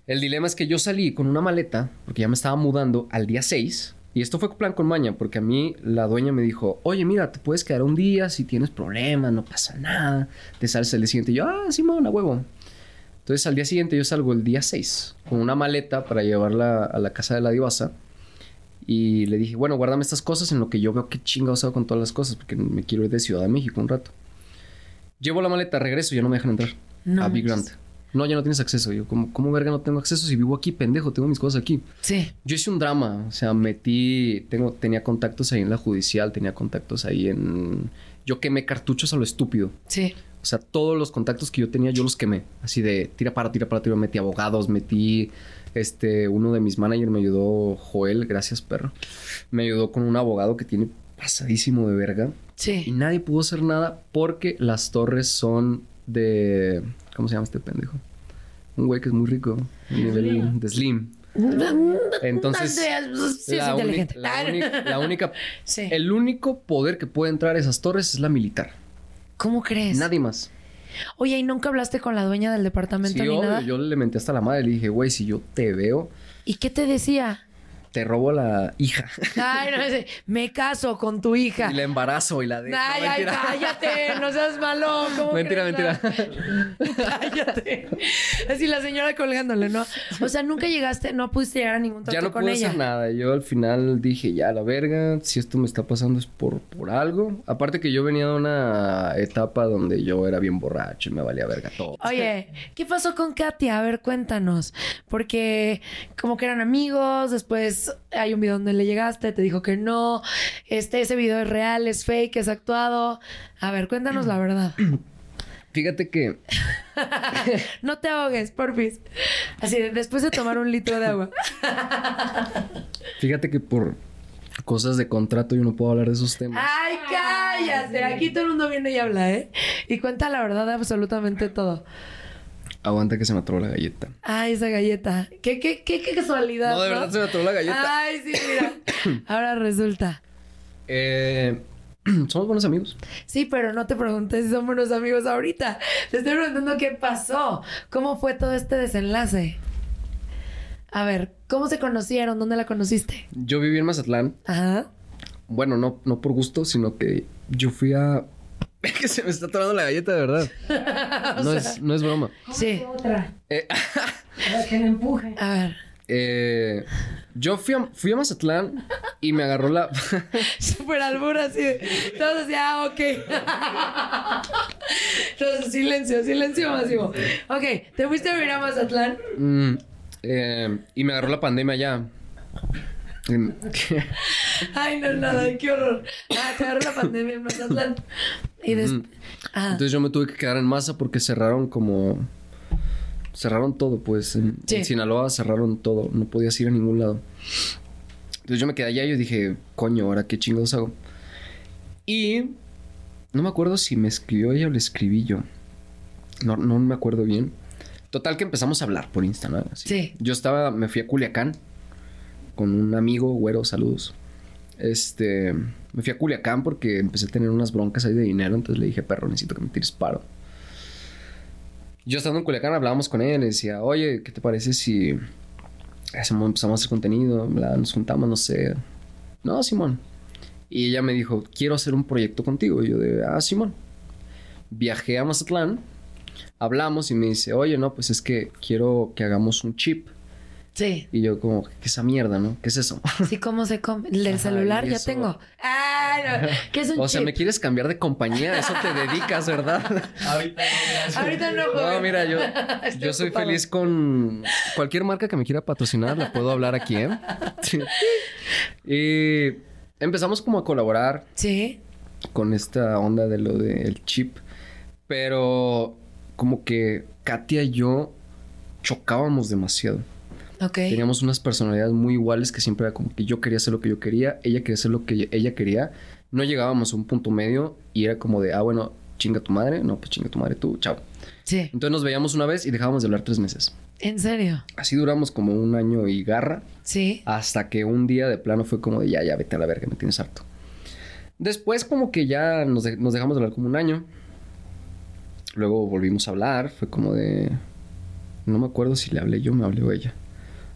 B: El dilema es que yo salí con una maleta, porque ya me estaba mudando al día 6. Y esto fue plan con maña, porque a mí la dueña me dijo, oye, mira, te puedes quedar un día si tienes problemas, no pasa nada, te sales el día siguiente. Y yo, ah, sí, una huevo. Entonces al día siguiente yo salgo el día 6 con una maleta para llevarla a la casa de la divasa. Y le dije, bueno, guárdame estas cosas en lo que yo veo que chingados hago con todas las cosas, porque me quiero ir de Ciudad de México un rato. Llevo la maleta, regreso, ya no me dejan entrar
A: No
B: a Big
A: manches.
B: Grant. No, ya no tienes acceso. Yo, como ¿cómo verga no tengo acceso si vivo aquí, pendejo? Tengo mis cosas aquí.
A: Sí.
B: Yo hice un drama, o sea, metí, tengo, tenía contactos ahí en la judicial, tenía contactos ahí en... Yo quemé cartuchos a lo estúpido.
A: Sí.
B: O sea, todos los contactos que yo tenía, yo los quemé. Así de tira para, tira para, tira. Metí abogados, metí. Este, uno de mis managers me ayudó, Joel, gracias perro. Me ayudó con un abogado que tiene pasadísimo de verga. Y
A: Sí.
B: nadie pudo hacer nada porque las torres son de. ¿Cómo se llama este pendejo? Un güey que es muy rico. a nivel de Slim. Entonces.
A: Sí, es
B: la uni-
A: inteligente.
B: la uni- la única.
A: <laughs> Sí.
B: El único poder que puede entrar a esas torres es la militar.
A: ¿Cómo crees?
B: Nadie más.
A: Oye, ¿y nunca hablaste con la dueña del departamento
B: Sí,
A: ni
B: obvio,
A: nada?
B: yo le menté hasta la madre. Le dije, güey, si yo te veo,
A: ¿Y qué te decía?
B: te robo a la hija.
A: Ay, no sé, me caso con tu hija.
B: y la embarazo y la dejo.
A: Ay, ay,
B: Mentira.
A: cállate, no
B: <laughs>
A: seas malo. ¿cómo
B: Mentira,
A: crees? Ah. <laughs>
B: mentira.
A: Cállate. Así la señora colgándole, ¿no? O sea, nunca llegaste, no pudiste llegar a ningún trato
B: Ya no
A: con
B: pude
A: ella.
B: hacer nada. Yo al final dije, ya, la verga, si esto me está pasando es por, por algo. Aparte que yo venía de una etapa donde yo era bien borracho y me valía verga todo.
A: Oye, ¿qué pasó con Katia? A ver, cuéntanos. Porque como que eran amigos, después hay un video donde le llegaste, te dijo que no, este, ese video es real, es fake, es actuado. A ver, cuéntanos la verdad.
B: Fíjate que
A: <laughs> No te ahogues, porfis. Así, de- después de tomar un litro de agua.
B: <laughs> Fíjate que por cosas de contrato yo no puedo hablar de esos temas.
A: Ay, cállate. Aquí todo el mundo viene y habla, ¿eh? Y cuenta la verdad de absolutamente todo.
B: Aguanta que se me atoró la galleta.
A: Ay, esa galleta. Qué, qué, qué, qué casualidad.
B: No, de verdad se me atoró la galleta.
A: Ay, sí, mira. <coughs> Ahora resulta.
B: Eh, <clears throat> somos buenos amigos.
A: Sí, pero no te preguntes si son buenos amigos ahorita. Te estoy preguntando qué pasó. ¿Cómo fue todo este desenlace? A ver, ¿cómo se conocieron? ¿Dónde la conociste?
B: Yo viví en Mazatlán.
A: Ajá.
B: Bueno, no, no por gusto, sino que yo fui a... <laughs> Es que se me está atorando la galleta, de verdad.
A: <laughs>
B: No, es, no es broma.
A: Sí.
B: Eh, <laughs>
A: A ver.
B: eh, yo fui a, fui a Mazatlán y me agarró la...
A: <laughs> Super albura así. de- Todos así, ah, ok. <laughs> Entonces, silencio, silencio masivo. Ok, ¿te fuiste a vivir a Mazatlán?
B: Mm, eh, y me agarró la pandemia ya. Em,
A: <laughs> Ay, no, nada, qué horror. Ah, te agarró la pandemia en Mazatlán. Y después. Ah,
B: Entonces yo me tuve que quedar en masa porque cerraron como... Cerraron todo, pues. En,
A: Sí.
B: en Sinaloa cerraron todo. No podías ir a ningún lado. Entonces yo me quedé allá y yo dije, coño, ¿ahora qué chingados hago? Y... No me acuerdo si me escribió ella o le escribí yo. No, no me acuerdo bien. Total que empezamos a hablar por Instagram. así.
A: Sí.
B: Yo estaba... Me fui a Culiacán con un amigo, güero, saludos. Este, me fui a Culiacán porque empecé a tener unas broncas ahí de dinero, entonces le dije, perro, necesito que me tires paro. Yo estando en Culiacán hablábamos con él, le decía, oye, ¿qué te parece si hacemos, empezamos a hacer contenido? bla, nos juntamos, no sé. No, Simón. Y ella me dijo, quiero hacer un proyecto contigo. Y yo de, ah, Simón. Viajé a Mazatlán, hablamos y me dice, oye, no, pues es que quiero que hagamos un chip.
A: sí.
B: Y yo como, ¿qué esa mierda, no? ¿Qué es eso?
A: <laughs> Sí, ¿cómo se come? El del
B: Ajá,
A: celular
B: y
A: ya
B: eso-
A: tengo. Ay, no. ¿Qué es un
B: <laughs> O sea,
A: chip?
B: me quieres cambiar de compañía, a eso te dedicas,
A: <laughs>
B: ¿verdad?
A: Ahorita no, joven.
B: No, mira, yo,
A: <laughs> Estoy
B: yo soy
A: ocupado.
B: feliz con cualquier marca que me quiera patrocinar, la puedo hablar aquí,
A: <laughs>
B: ¿eh? y empezamos como a colaborar
A: Sí.
B: con esta onda de lo del chip, pero como que Katia y yo chocábamos demasiado.
A: Ok.
B: Teníamos unas personalidades muy iguales que siempre era como que yo quería hacer lo que yo quería, ella quería hacer lo que ella quería. No llegábamos a un punto medio y era como de, ah, bueno, chinga tu madre, no, pues chinga tu madre tú, chao.
A: Sí.
B: Entonces nos veíamos una vez y dejábamos de hablar tres meses.
A: ¿En serio?
B: Así duramos como un año y garra,
A: Sí.
B: hasta que un día de plano fue como de, ya, ya, vete a la verga, me tienes harto. Después como que ya nos, de- nos dejamos de hablar como un año. Luego volvimos a hablar, fue como de... No me acuerdo si le hablé yo, me hablé o ella.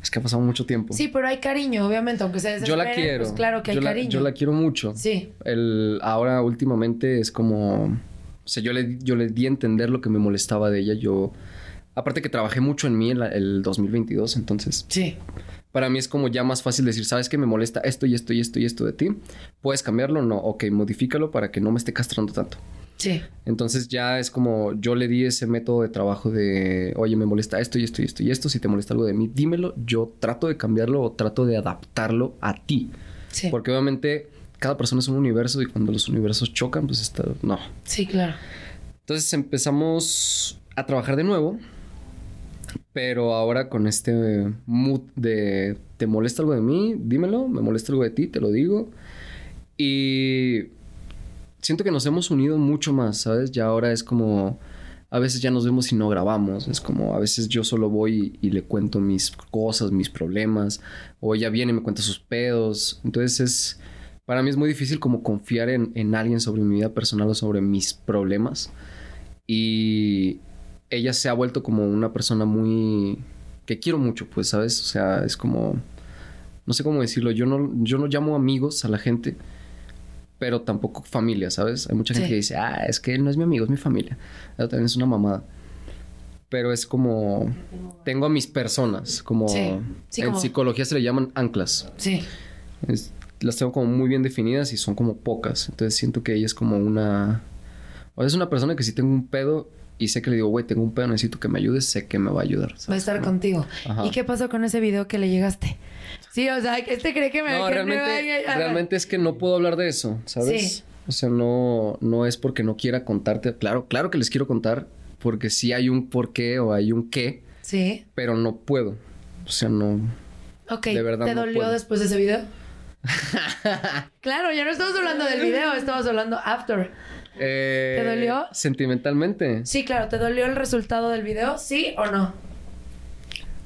B: Es que ha pasado mucho tiempo.
A: Sí, pero hay cariño, obviamente, aunque se
B: Yo la
A: desesperen,
B: quiero.
A: Pues claro que hay
B: yo la,
A: cariño.
B: yo la quiero mucho.
A: Sí.
B: El, ahora últimamente es como... O sea, yo le, yo le di a entender lo que me molestaba de ella. Yo... Aparte que trabajé mucho en mí el, el 2022, entonces
A: Sí.
B: para mí es como ya más fácil decir, sabes que me molesta esto y esto y esto y esto de ti, puedes cambiarlo, no, ok, modifícalo para que no me esté castrando tanto.
A: Sí.
B: Entonces ya es como yo le di ese método de trabajo de, oye, me molesta esto y esto y esto y esto, si te molesta algo de mí, dímelo, yo trato de cambiarlo o trato de adaptarlo a ti.
A: Sí.
B: Porque obviamente cada persona es un universo y cuando los universos chocan, pues está, no.
A: Sí, claro.
B: Entonces empezamos a trabajar de nuevo, pero ahora con este mood de, ¿te molesta algo de mí? Dímelo, me molesta algo de ti, te lo digo. Y siento que nos hemos unido mucho más, ¿sabes? Ya ahora es como... A veces ya nos vemos y no grabamos. Es como a veces yo solo voy y, y le cuento mis cosas, mis problemas. O ella viene y me cuenta sus pedos. Entonces es... Para mí es muy difícil como confiar en, en alguien sobre mi vida personal o sobre mis problemas. Y ella se ha vuelto como una persona muy... que quiero mucho, pues, ¿sabes? O sea, es como... No sé cómo decirlo. Yo no, yo no llamo amigos a la gente pero tampoco familia, ¿sabes? Hay mucha gente
A: Sí.
B: que dice, ah, es que él no es mi amigo, es mi familia. Eso también es una mamada. Pero es como, tengo a mis personas, como
A: Sí. Sí,
B: en
A: como-
B: psicología se le llaman anclas.
A: Sí.
B: Es- las tengo como muy bien definidas y son como pocas. Entonces siento que ella es como una... O sea, es una persona que si tengo un pedo y sé que le digo, güey, tengo un pedo, necesito que me ayudes, sé que me va a ayudar. ¿sabes?
A: Va a estar contigo.
B: Ajá.
A: ¿Y qué pasó con ese video que le llegaste? Sí, o sea, que este cree que me
B: No,
A: que me
B: realmente,
A: va a-
B: realmente es que no puedo hablar de eso, ¿sabes?
A: Sí.
B: O sea, no, no es porque no quiera contarte. Claro, claro que les quiero contar, porque sí hay un por qué o hay un qué,
A: Sí.
B: pero no puedo. O sea, no.
A: Ok.
B: De verdad
A: ¿Te
B: no
A: dolió
B: puedo.
A: después de ese video? claro, ya no estamos hablando del video, estamos hablando after.
B: Eh,
A: ¿Te dolió?
B: Sentimentalmente.
A: Sí, claro, ¿te dolió el resultado del video? ¿Sí o no?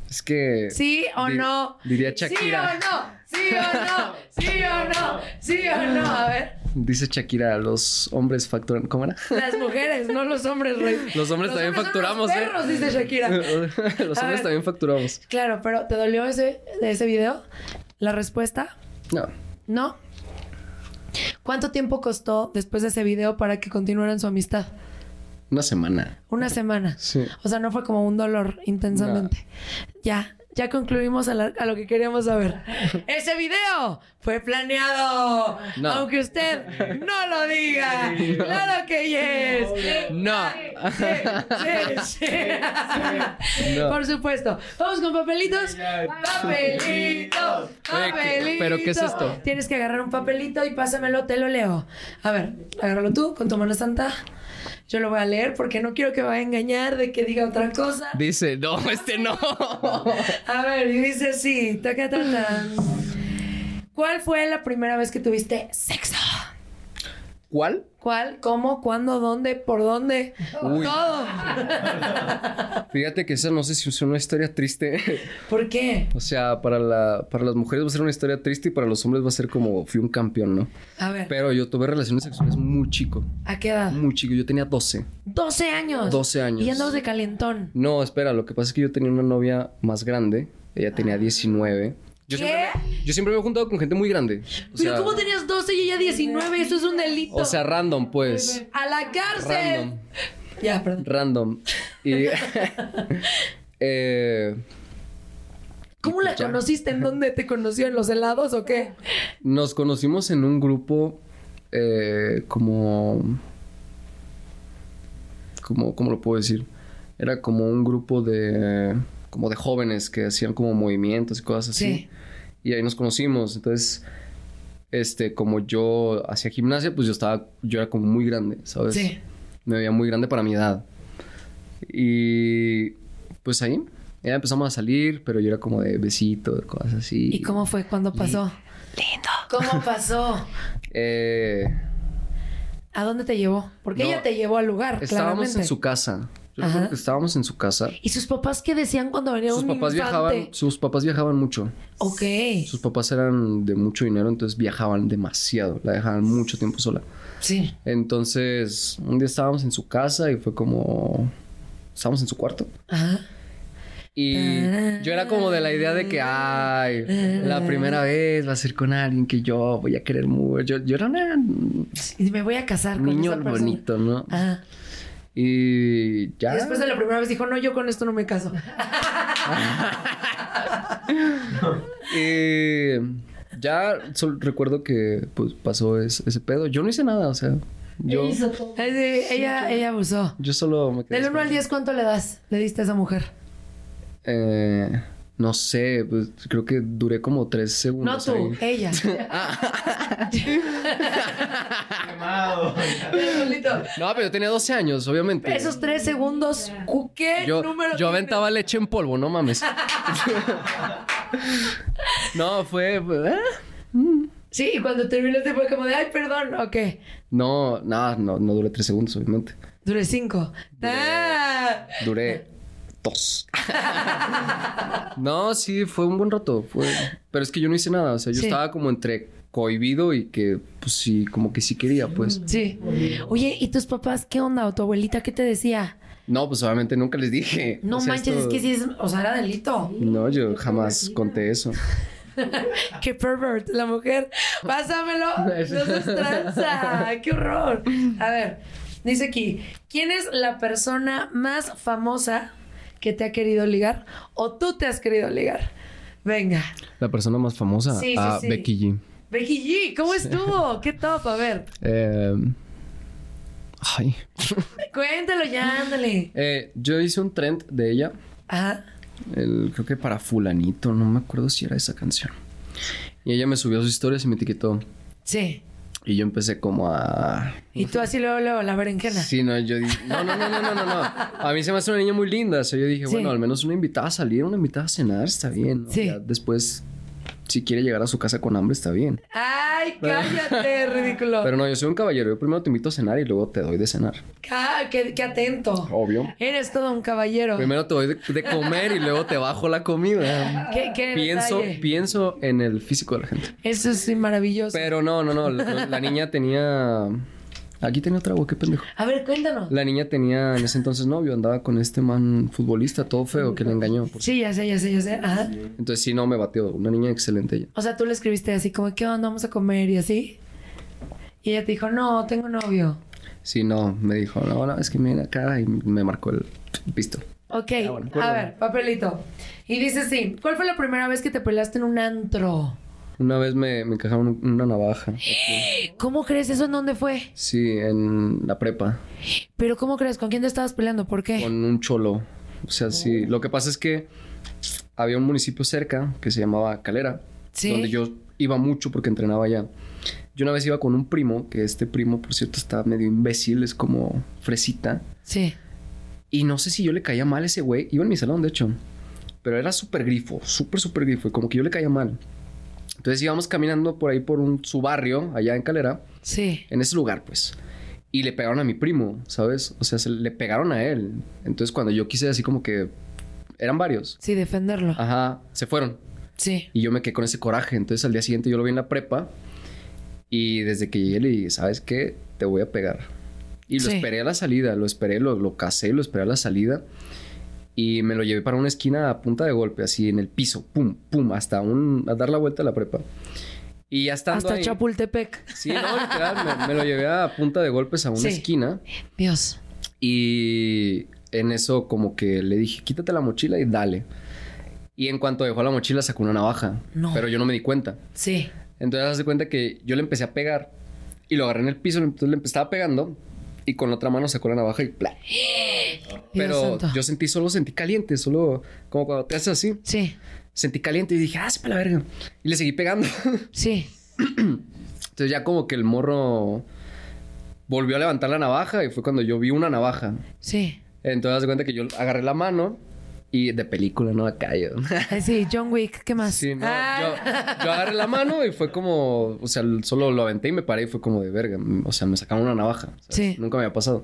B: Es que.
A: ¿Sí o
B: di-
A: no?
B: Diría Shakira.
A: ¿Sí o no? ¿Sí o no? ¿Sí o no? ¿Sí o no? A ver,
B: Dice Shakira, los hombres facturan. ¿Cómo era?
A: las mujeres, no los hombres, Rey.
B: Los hombres también
A: son
B: facturamos,
A: los
B: ¿eh?
A: perros, dice Shakira.
B: <laughs> los
A: A
B: hombres
A: ver.
B: también facturamos.
A: Claro, pero ¿te dolió ese, de ese video? ¿La respuesta?
B: No.
A: ¿No? ¿Cuánto tiempo costó después de ese video para que continuaran su amistad?
B: Una semana.
A: Una semana.
B: Sí.
A: O sea, no fue como un dolor intensamente. Ya, ya concluimos a, la- a lo que queríamos saber. ¡Ese video fue planeado!
B: No.
A: Aunque usted no lo diga. ¡Claro que yes!
B: No.
A: Sí, sí, sí.
B: No.
A: Por supuesto. Vamos con papelitos. Papelitos.
B: Oye, ¿qué-
A: Papelitos.
B: pero qué es esto?
A: Tienes que agarrar un papelito y pásamelo, te lo leo. A ver, agárralo tú con tu mano santa. Yo lo voy a leer porque no quiero que me vaya a engañar de que diga otra cosa.
B: Dice, no, <laughs> este no.
A: A ver, y dice así, taca, ta, tan. ¿Cuál fue la primera vez que tuviste sexo?
B: ¿Cuál?
A: ¿Cuál? ¿Cómo? ¿Cuándo? ¿Dónde? ¿Por dónde?
B: Uy.
A: Todo.
B: Fíjate que esa no sé si es una historia triste.
A: ¿Por qué?
B: O sea, para, la, para las mujeres va a ser una historia triste y para los hombres va a ser como fui un campeón, ¿no?
A: A ver,
B: Pero yo tuve relaciones sexuales muy chico,
A: ¿a qué edad?
B: muy chico. Yo tenía 12.
A: 12 años.
B: 12 años.
A: Y andabas de calentón.
B: No, espera, lo que pasa es que yo tenía una novia más grande. Ella
A: Ah.
B: tenía 19. Yo siempre, me, yo siempre me he juntado con gente muy grande.
A: Pero
B: O sea,
A: ¿cómo tenías 12 y ella 19? Eso es un delito.
B: o sea, random, pues.
A: a la cárcel.
B: Random.
A: Ya, perdón.
B: Random.
A: <laughs>
B: Y. <laughs> eh, pues
A: ¿Cómo la
B: Ya.
A: conociste? ¿En dónde te conoció? ¿En los helados o qué?
B: Nos conocimos en un grupo eh, como, como... ¿Cómo lo puedo decir? Era como un grupo de... Como de jóvenes que hacían como movimientos y cosas así.
A: Sí.
B: Y ahí nos conocimos. Entonces, este, como yo hacía gimnasia, pues yo estaba... Yo era como muy grande, ¿sabes?
A: Sí.
B: Me veía muy grande para mi edad. Y... Pues ahí... Ya empezamos a salir, pero yo era como de besito, de cosas así.
A: ¿Y cómo fue? ¿Cuándo pasó? Lindo. ¿Cómo pasó?
B: Eh,
A: ¿A dónde te llevó? Porque
B: No,
A: ella te llevó al lugar,
B: Estábamos
A: Ah, claramente.
B: en su casa. Yo
A: Ajá.
B: creo que estábamos en su casa.
A: ¿Y sus papás qué decían cuando venía
B: Sus
A: un
B: papás
A: infante?
B: viajaban, sus papás viajaban mucho.
A: Ok.
B: Sus papás eran de mucho dinero, entonces viajaban demasiado, la dejaban mucho tiempo sola.
A: Sí.
B: Entonces, un día estábamos en su casa y fue como estábamos en su cuarto
A: Ajá.
B: y yo era como de la idea de que ay, la primera vez va a ser con alguien que yo voy a querer mucho. Yo, yo era un
A: Y me voy a casar con
B: niño
A: esa persona.
B: bonito, ¿no?
A: Ajá.
B: Y ya
A: Y después de la primera vez dijo, no, yo con esto no me caso.
B: Eh, ya sol- recuerdo que pues pasó es- ese pedo. Yo no hice nada, o sea, Yo,
A: Ay, sí, ella, ella abusó.
B: yo solo me quedé.
A: Del 1 al 10, ¿cuánto le das? Le diste a esa mujer.
B: Eh, no sé, pues, creo que duré como tres
A: No
B: segundos.
A: tú,
B: ahí. <laughs>
A: ella. <laughs> Solito.
B: No, pero yo tenía 12 años, obviamente.
A: Esos tres segundos, cu- ¿qué
B: yo,
A: número?
B: yo
A: tiene?
B: aventaba leche en polvo, no mames. no, fue. fue- ¿eh?
A: Sí, y cuando terminaste fue como de, ay, perdón, ok.
B: No, no, no, no duré tres segundos, obviamente.
A: Duré cinco. Ah.
B: Duré dos. no, sí, fue un buen rato. Fue... Pero es que yo no hice nada. O sea, yo
A: Sí.
B: estaba como entre cohibido y que, pues sí, como que sí quería, pues.
A: Sí. Oye, ¿y tus papás qué onda? ¿O tu abuelita qué te decía?
B: No, pues obviamente nunca les dije.
A: No
B: O sea,
A: manches,
B: esto-
A: es que sí es, o sea, era delito.
B: No, yo jamás conté eso.
A: <laughs> Qué pervert, la mujer. Pásamelo,
B: <laughs>
A: no seas tranza. Qué horror. A ver, dice aquí, ¿quién es la persona más famosa que te ha querido ligar o tú te has querido ligar? Venga.
B: La persona más famosa,
A: Sí, sí,
B: a
A: sí.
B: Becky G.
A: Becky G, ¿cómo estuvo? Qué top, a ver.
B: <laughs> Eh, ay.
A: Cuéntalo ya, ándale.
B: Eh, yo hice un trend de ella,
A: Ajá.
B: el- creo que para fulanito, no me acuerdo si era esa canción. Y ella me subió sus historias y me etiquetó.
A: Sí.
B: Y yo empecé como a...
A: Y tú así luego, luego, la berenjena.
B: Sí, no, yo dije... No, no, no, no, no, no, no. A mí se me hace una niña muy linda. O sea, yo dije,
A: Sí.
B: bueno, al menos una invitada a salir, una invitada a cenar, está bien. ¿no?
A: Sí.
B: Ya después, si quiere llegar a su casa con hambre, está bien.
A: Ay, cállate, ridículo.
B: <laughs> Pero no, yo soy un caballero. Yo primero te invito a cenar y luego te doy de cenar.
A: Ca- Ah, qué, qué atento.
B: Obvio.
A: Eres todo un caballero.
B: Primero te doy de, de comer y luego te bajo la comida.
A: <laughs> Qué- qué
B: pienso,
A: detalle.
B: pienso en el físico de la gente.
A: Eso es maravilloso.
B: Pero no, no, no. La, la niña tenía. Aquí tenía otra, güey, qué pendejo.
A: A ver, cuéntanos.
B: La niña tenía en ese entonces novio, andaba con este man futbolista todo feo que le engañó. por-
A: Sí, ya sé, ya sé, ya sé. Ajá.
B: Entonces sí, no, me batió. Una niña excelente ella.
A: O sea, tú le escribiste así como, ¿qué onda? Vamos a comer y así. Y ella te dijo, no, tengo novio.
B: Sí, no, me dijo, no, no, es que mira acá y me marcó el pisto.
A: Ok,
B: bueno,
A: a
B: cuéntame.
A: ver, papelito. Y dice sí, ¿cuál fue la primera vez que te peleaste en un antro?
B: Una vez me, me encajaron un- una navaja.
A: ¿Cómo crees eso? ¿En dónde fue?
B: Sí, en la prepa.
A: ¿Pero cómo crees? ¿Con quién te estabas peleando? ¿Por qué? Oh.
B: con un cholo. O sea, sí. Lo que pasa es que había un municipio cerca que se llamaba Calera,
A: Sí.
B: donde yo iba mucho porque entrenaba allá. Yo una vez iba con un primo, que este primo, por cierto, está medio imbécil, es como fresita.
A: Sí.
B: Y no sé si yo le caía mal a ese güey. Iba en mi salón, de hecho. Pero era súper grifo, súper, súper grifo. Y como que yo le caía mal. Entonces íbamos caminando por ahí por un, su barrio, allá en Calera
A: Sí.
B: en ese lugar, pues. Y le pegaron a mi primo, ¿sabes? O sea, se le pegaron a él. Entonces, cuando yo quise así como que... Eran varios.
A: Sí, defenderlo.
B: Ajá, se fueron.
A: Sí.
B: Y yo me quedé con ese coraje. Entonces, al día siguiente yo lo vi en la prepa. Y desde que llegué le dije, ¿sabes qué? Te voy a pegar. Y lo
A: Sí.
B: esperé a la salida, lo esperé, lo, lo casé, lo esperé a la salida. Y me lo llevé para una esquina a punta de golpe, así en el piso, pum, pum, hasta un, a dar la vuelta a la prepa. Y ya estando
A: Hasta
B: ahí-
A: Chapultepec.
B: Sí, no, literal, me, me lo llevé a punta de golpes a una
A: Sí.
B: esquina
A: Dios.
B: y en eso como que le dije, quítate la mochila y dale. Y en cuanto dejó la mochila sacó una navaja,
A: No.
B: pero yo no me di cuenta.
A: Sí.
B: Entonces hace cuenta que yo le empecé a pegar y lo agarré en el piso, entonces le empe- estaba pegando y con la otra mano sacó la navaja
A: <gasps>
B: y ¡plá! Pero
A: santo.
B: yo sentí, solo sentí caliente, solo como cuando te haces así,
A: Sí.
B: sentí caliente y dije, ah, sí, pa' la verga. Y le seguí pegando. <laughs>
A: Sí.
B: Entonces ya como que el morro volvió a levantar la navaja y fue cuando yo vi una navaja.
A: Sí.
B: Entonces haz de cuenta que yo agarré la mano y de película no acá yo.
A: Ay, <laughs> sí, John Wick, ¿qué más?
B: Sí, no,
A: Ay.
B: yo, yo agarré la mano y fue como, o sea, solo lo aventé y me paré y fue como de verga, o sea, me sacaron una navaja. ¿sabes?
A: Sí.
B: Nunca me había pasado.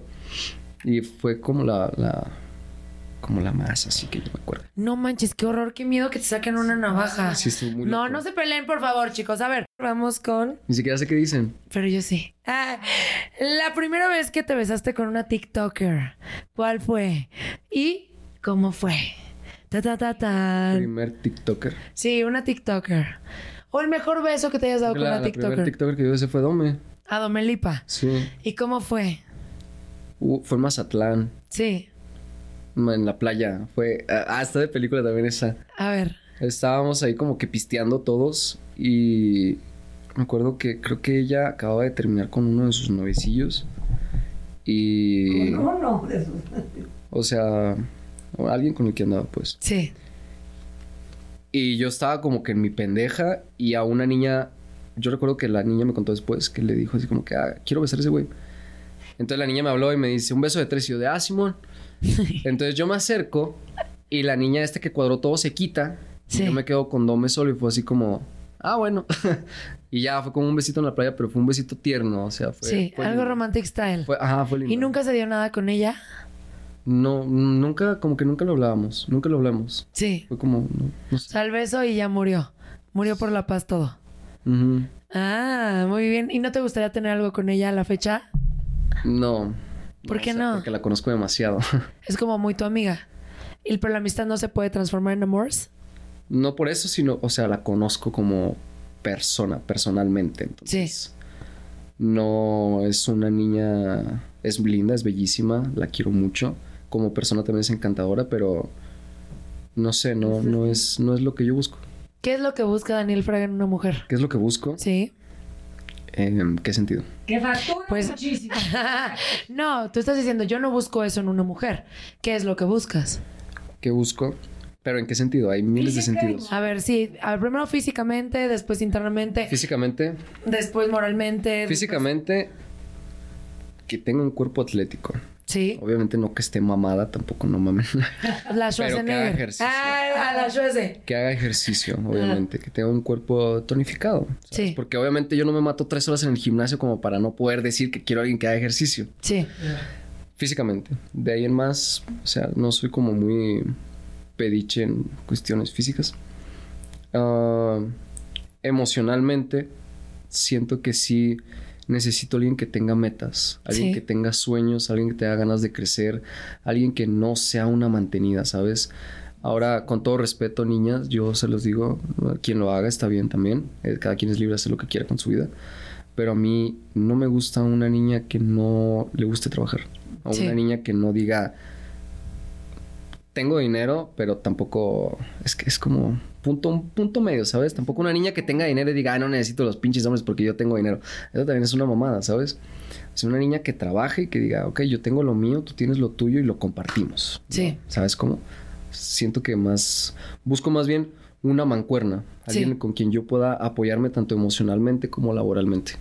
B: Y fue como la, la, como la más así que yo me acuerdo.
A: No manches, qué horror, qué miedo que te saquen una navaja.
B: Sí, estuvo muy
A: no,
B: loco.
A: no se peleen, por favor, chicos. A ver, vamos con.
B: Ni siquiera sé qué dicen.
A: Pero yo sí. Ah, la primera vez que te besaste con una TikToker, ¿cuál fue? ¿Y cómo fue? Ta, ta, ta, ta.
B: Primer TikToker.
A: Sí, una TikToker. O el mejor beso que te hayas dado con
B: La,
A: una
B: la primer
A: TikToker.
B: TikToker que yo hice fue Dome.
A: A Domelipa.
B: Sí.
A: ¿Y cómo fue?
B: Uh, fue en Mazatlán,
A: Sí.
B: en la playa. Fue, ah, está de película también esa.
A: A ver.
B: Estábamos ahí como que pisteando todos y me acuerdo que creo que ella acababa de terminar con uno de sus novicillos Y,
H: No, no, eso.
B: o sea, alguien con el que andaba, pues.
A: Sí.
B: Y yo estaba como que en mi pendeja y a una niña, yo recuerdo que la niña me contó después que le dijo así como que, ah, quiero besar a ese güey. Entonces la niña me habló y me dice, un beso de tres y yo de,
A: <laughs>
B: ah, Simón. Entonces yo me acerco y la niña esta que cuadró todo se quita.
A: Sí.
B: Y yo me quedo con Dome solo y fue así como, ah, bueno. <laughs> y ya fue como un besito en la playa, pero fue un besito tierno, o sea, fue...
A: Sí,
B: fue
A: algo
B: lindo.
A: romantic style.
B: Fue- ajá, fue lindo.
A: ¿Y nunca se dio nada con ella?
B: No, nunca, como que nunca lo hablábamos, nunca lo hablamos.
A: Sí.
B: Fue como, no, no
A: O
B: sé.
A: sea, el beso y ya murió. Murió por la paz todo.
B: Ujú.
A: Ah, muy bien. ¿Y no te gustaría tener algo con ella a la fecha?
B: No.
A: ¿Por
B: No,
A: qué
B: o sea,
A: no?
B: Porque la conozco demasiado. <laughs>
A: Es como muy tu amiga. ¿Y pero la amistad no se puede transformar en amores?
B: no por eso, sino, o sea, la conozco como persona, personalmente. Entonces, no es una niña, es linda, es bellísima, la quiero mucho. Como persona también es encantadora, pero no sé, no, no, es, no es lo que yo busco.
A: Pues ¿Qué es lo que busca Daniel Fraga en una mujer?
B: ¿Qué es lo que busco?
A: Sí.
B: ¿En qué sentido?
H: Que factura
A: Pues-
H: muchísimo.
A: <laughs> no, tú estás diciendo, yo no busco eso en una mujer. ¿Qué es lo que buscas?
B: ¿Qué busco? Pero ¿en qué sentido? Hay miles de
H: Física y-
B: sentidos.
A: A ver, sí, a ver, primero físicamente, después internamente,
B: Físicamente,
A: después moralmente.
B: físicamente, que tenga un cuerpo atlético.
A: después- Sí.
B: Obviamente no que esté mamada, tampoco no mamen.
A: <laughs> La
B: que haga
A: Schwarzenegger.
B: ejercicio.
A: Ah, a la Schwarzenegger.
B: que haga ejercicio, obviamente, que tenga un cuerpo tonificado. ¿sabes?
A: Sí.
B: Porque obviamente yo no me mato tres horas en el gimnasio como para no poder decir que quiero a alguien que haga ejercicio
A: Sí.
B: físicamente. De ahí en más, o sea, no soy como muy pediche en cuestiones físicas. Ah, emocionalmente, siento que sí necesito alguien que tenga metas, alguien
A: Sí.
B: que tenga sueños, alguien que tenga ganas de crecer, alguien que no sea una mantenida, ¿sabes? Ahora, con todo respeto, niñas, yo se los digo, quien lo haga está bien también, eh, cada quien es libre de hacer lo que quiera con su vida, pero a mí no me gusta una niña que no le guste trabajar, a
A: Sí.
B: una niña que no diga, tengo dinero, pero tampoco es que es como punto un punto medio, ¿sabes? Tampoco una niña que tenga dinero y diga, "Ah, no necesito los pinches hombres porque yo tengo dinero. Eso también es una mamada, ¿sabes? Es una niña que trabaje y que diga, ok, yo tengo lo mío, tú tienes lo tuyo y lo compartimos.
A: Sí.
B: ¿Sabes cómo? Siento que más busco más bien una mancuerna,
A: Sí.
B: alguien con quien yo pueda apoyarme tanto emocionalmente como laboralmente,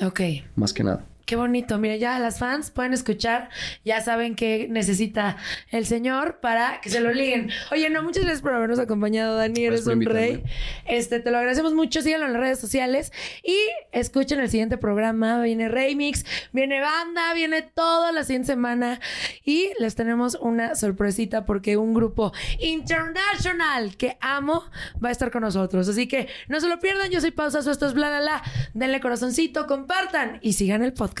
A: Ok.
B: más que nada.
A: Qué bonito. Mira, ya las fans pueden escuchar, ya saben qué necesita el señor para que se lo liguen. Oye, no, muchas gracias por habernos acompañado, Dani. Eres
B: Gracias por
A: un rey.
B: invitarme.
A: Este, te lo agradecemos mucho. Síganlo en las redes sociales y escuchen el siguiente programa. Viene Remix, viene banda, viene toda la siguiente semana. Y les tenemos una sorpresita porque un grupo internacional que amo va a estar con nosotros. Así que no se lo pierdan. Yo soy Pausa, esto es bla, la, la. Denle corazoncito, compartan y sigan el podcast.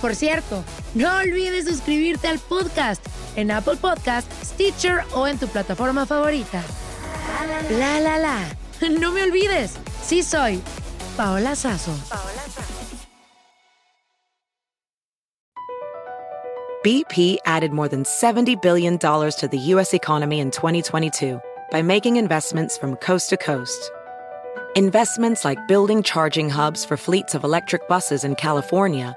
I: Por cierto, no olvides suscribirte al podcast en Apple Podcast, Stitcher o en tu plataforma favorita. La la la. No me olvides, sí soy Paola Sazo.
E: BP added more than $70 billion to the U.S. economy in 2022 by making investments from coast to coast. Investments like building charging hubs for fleets of electric buses in California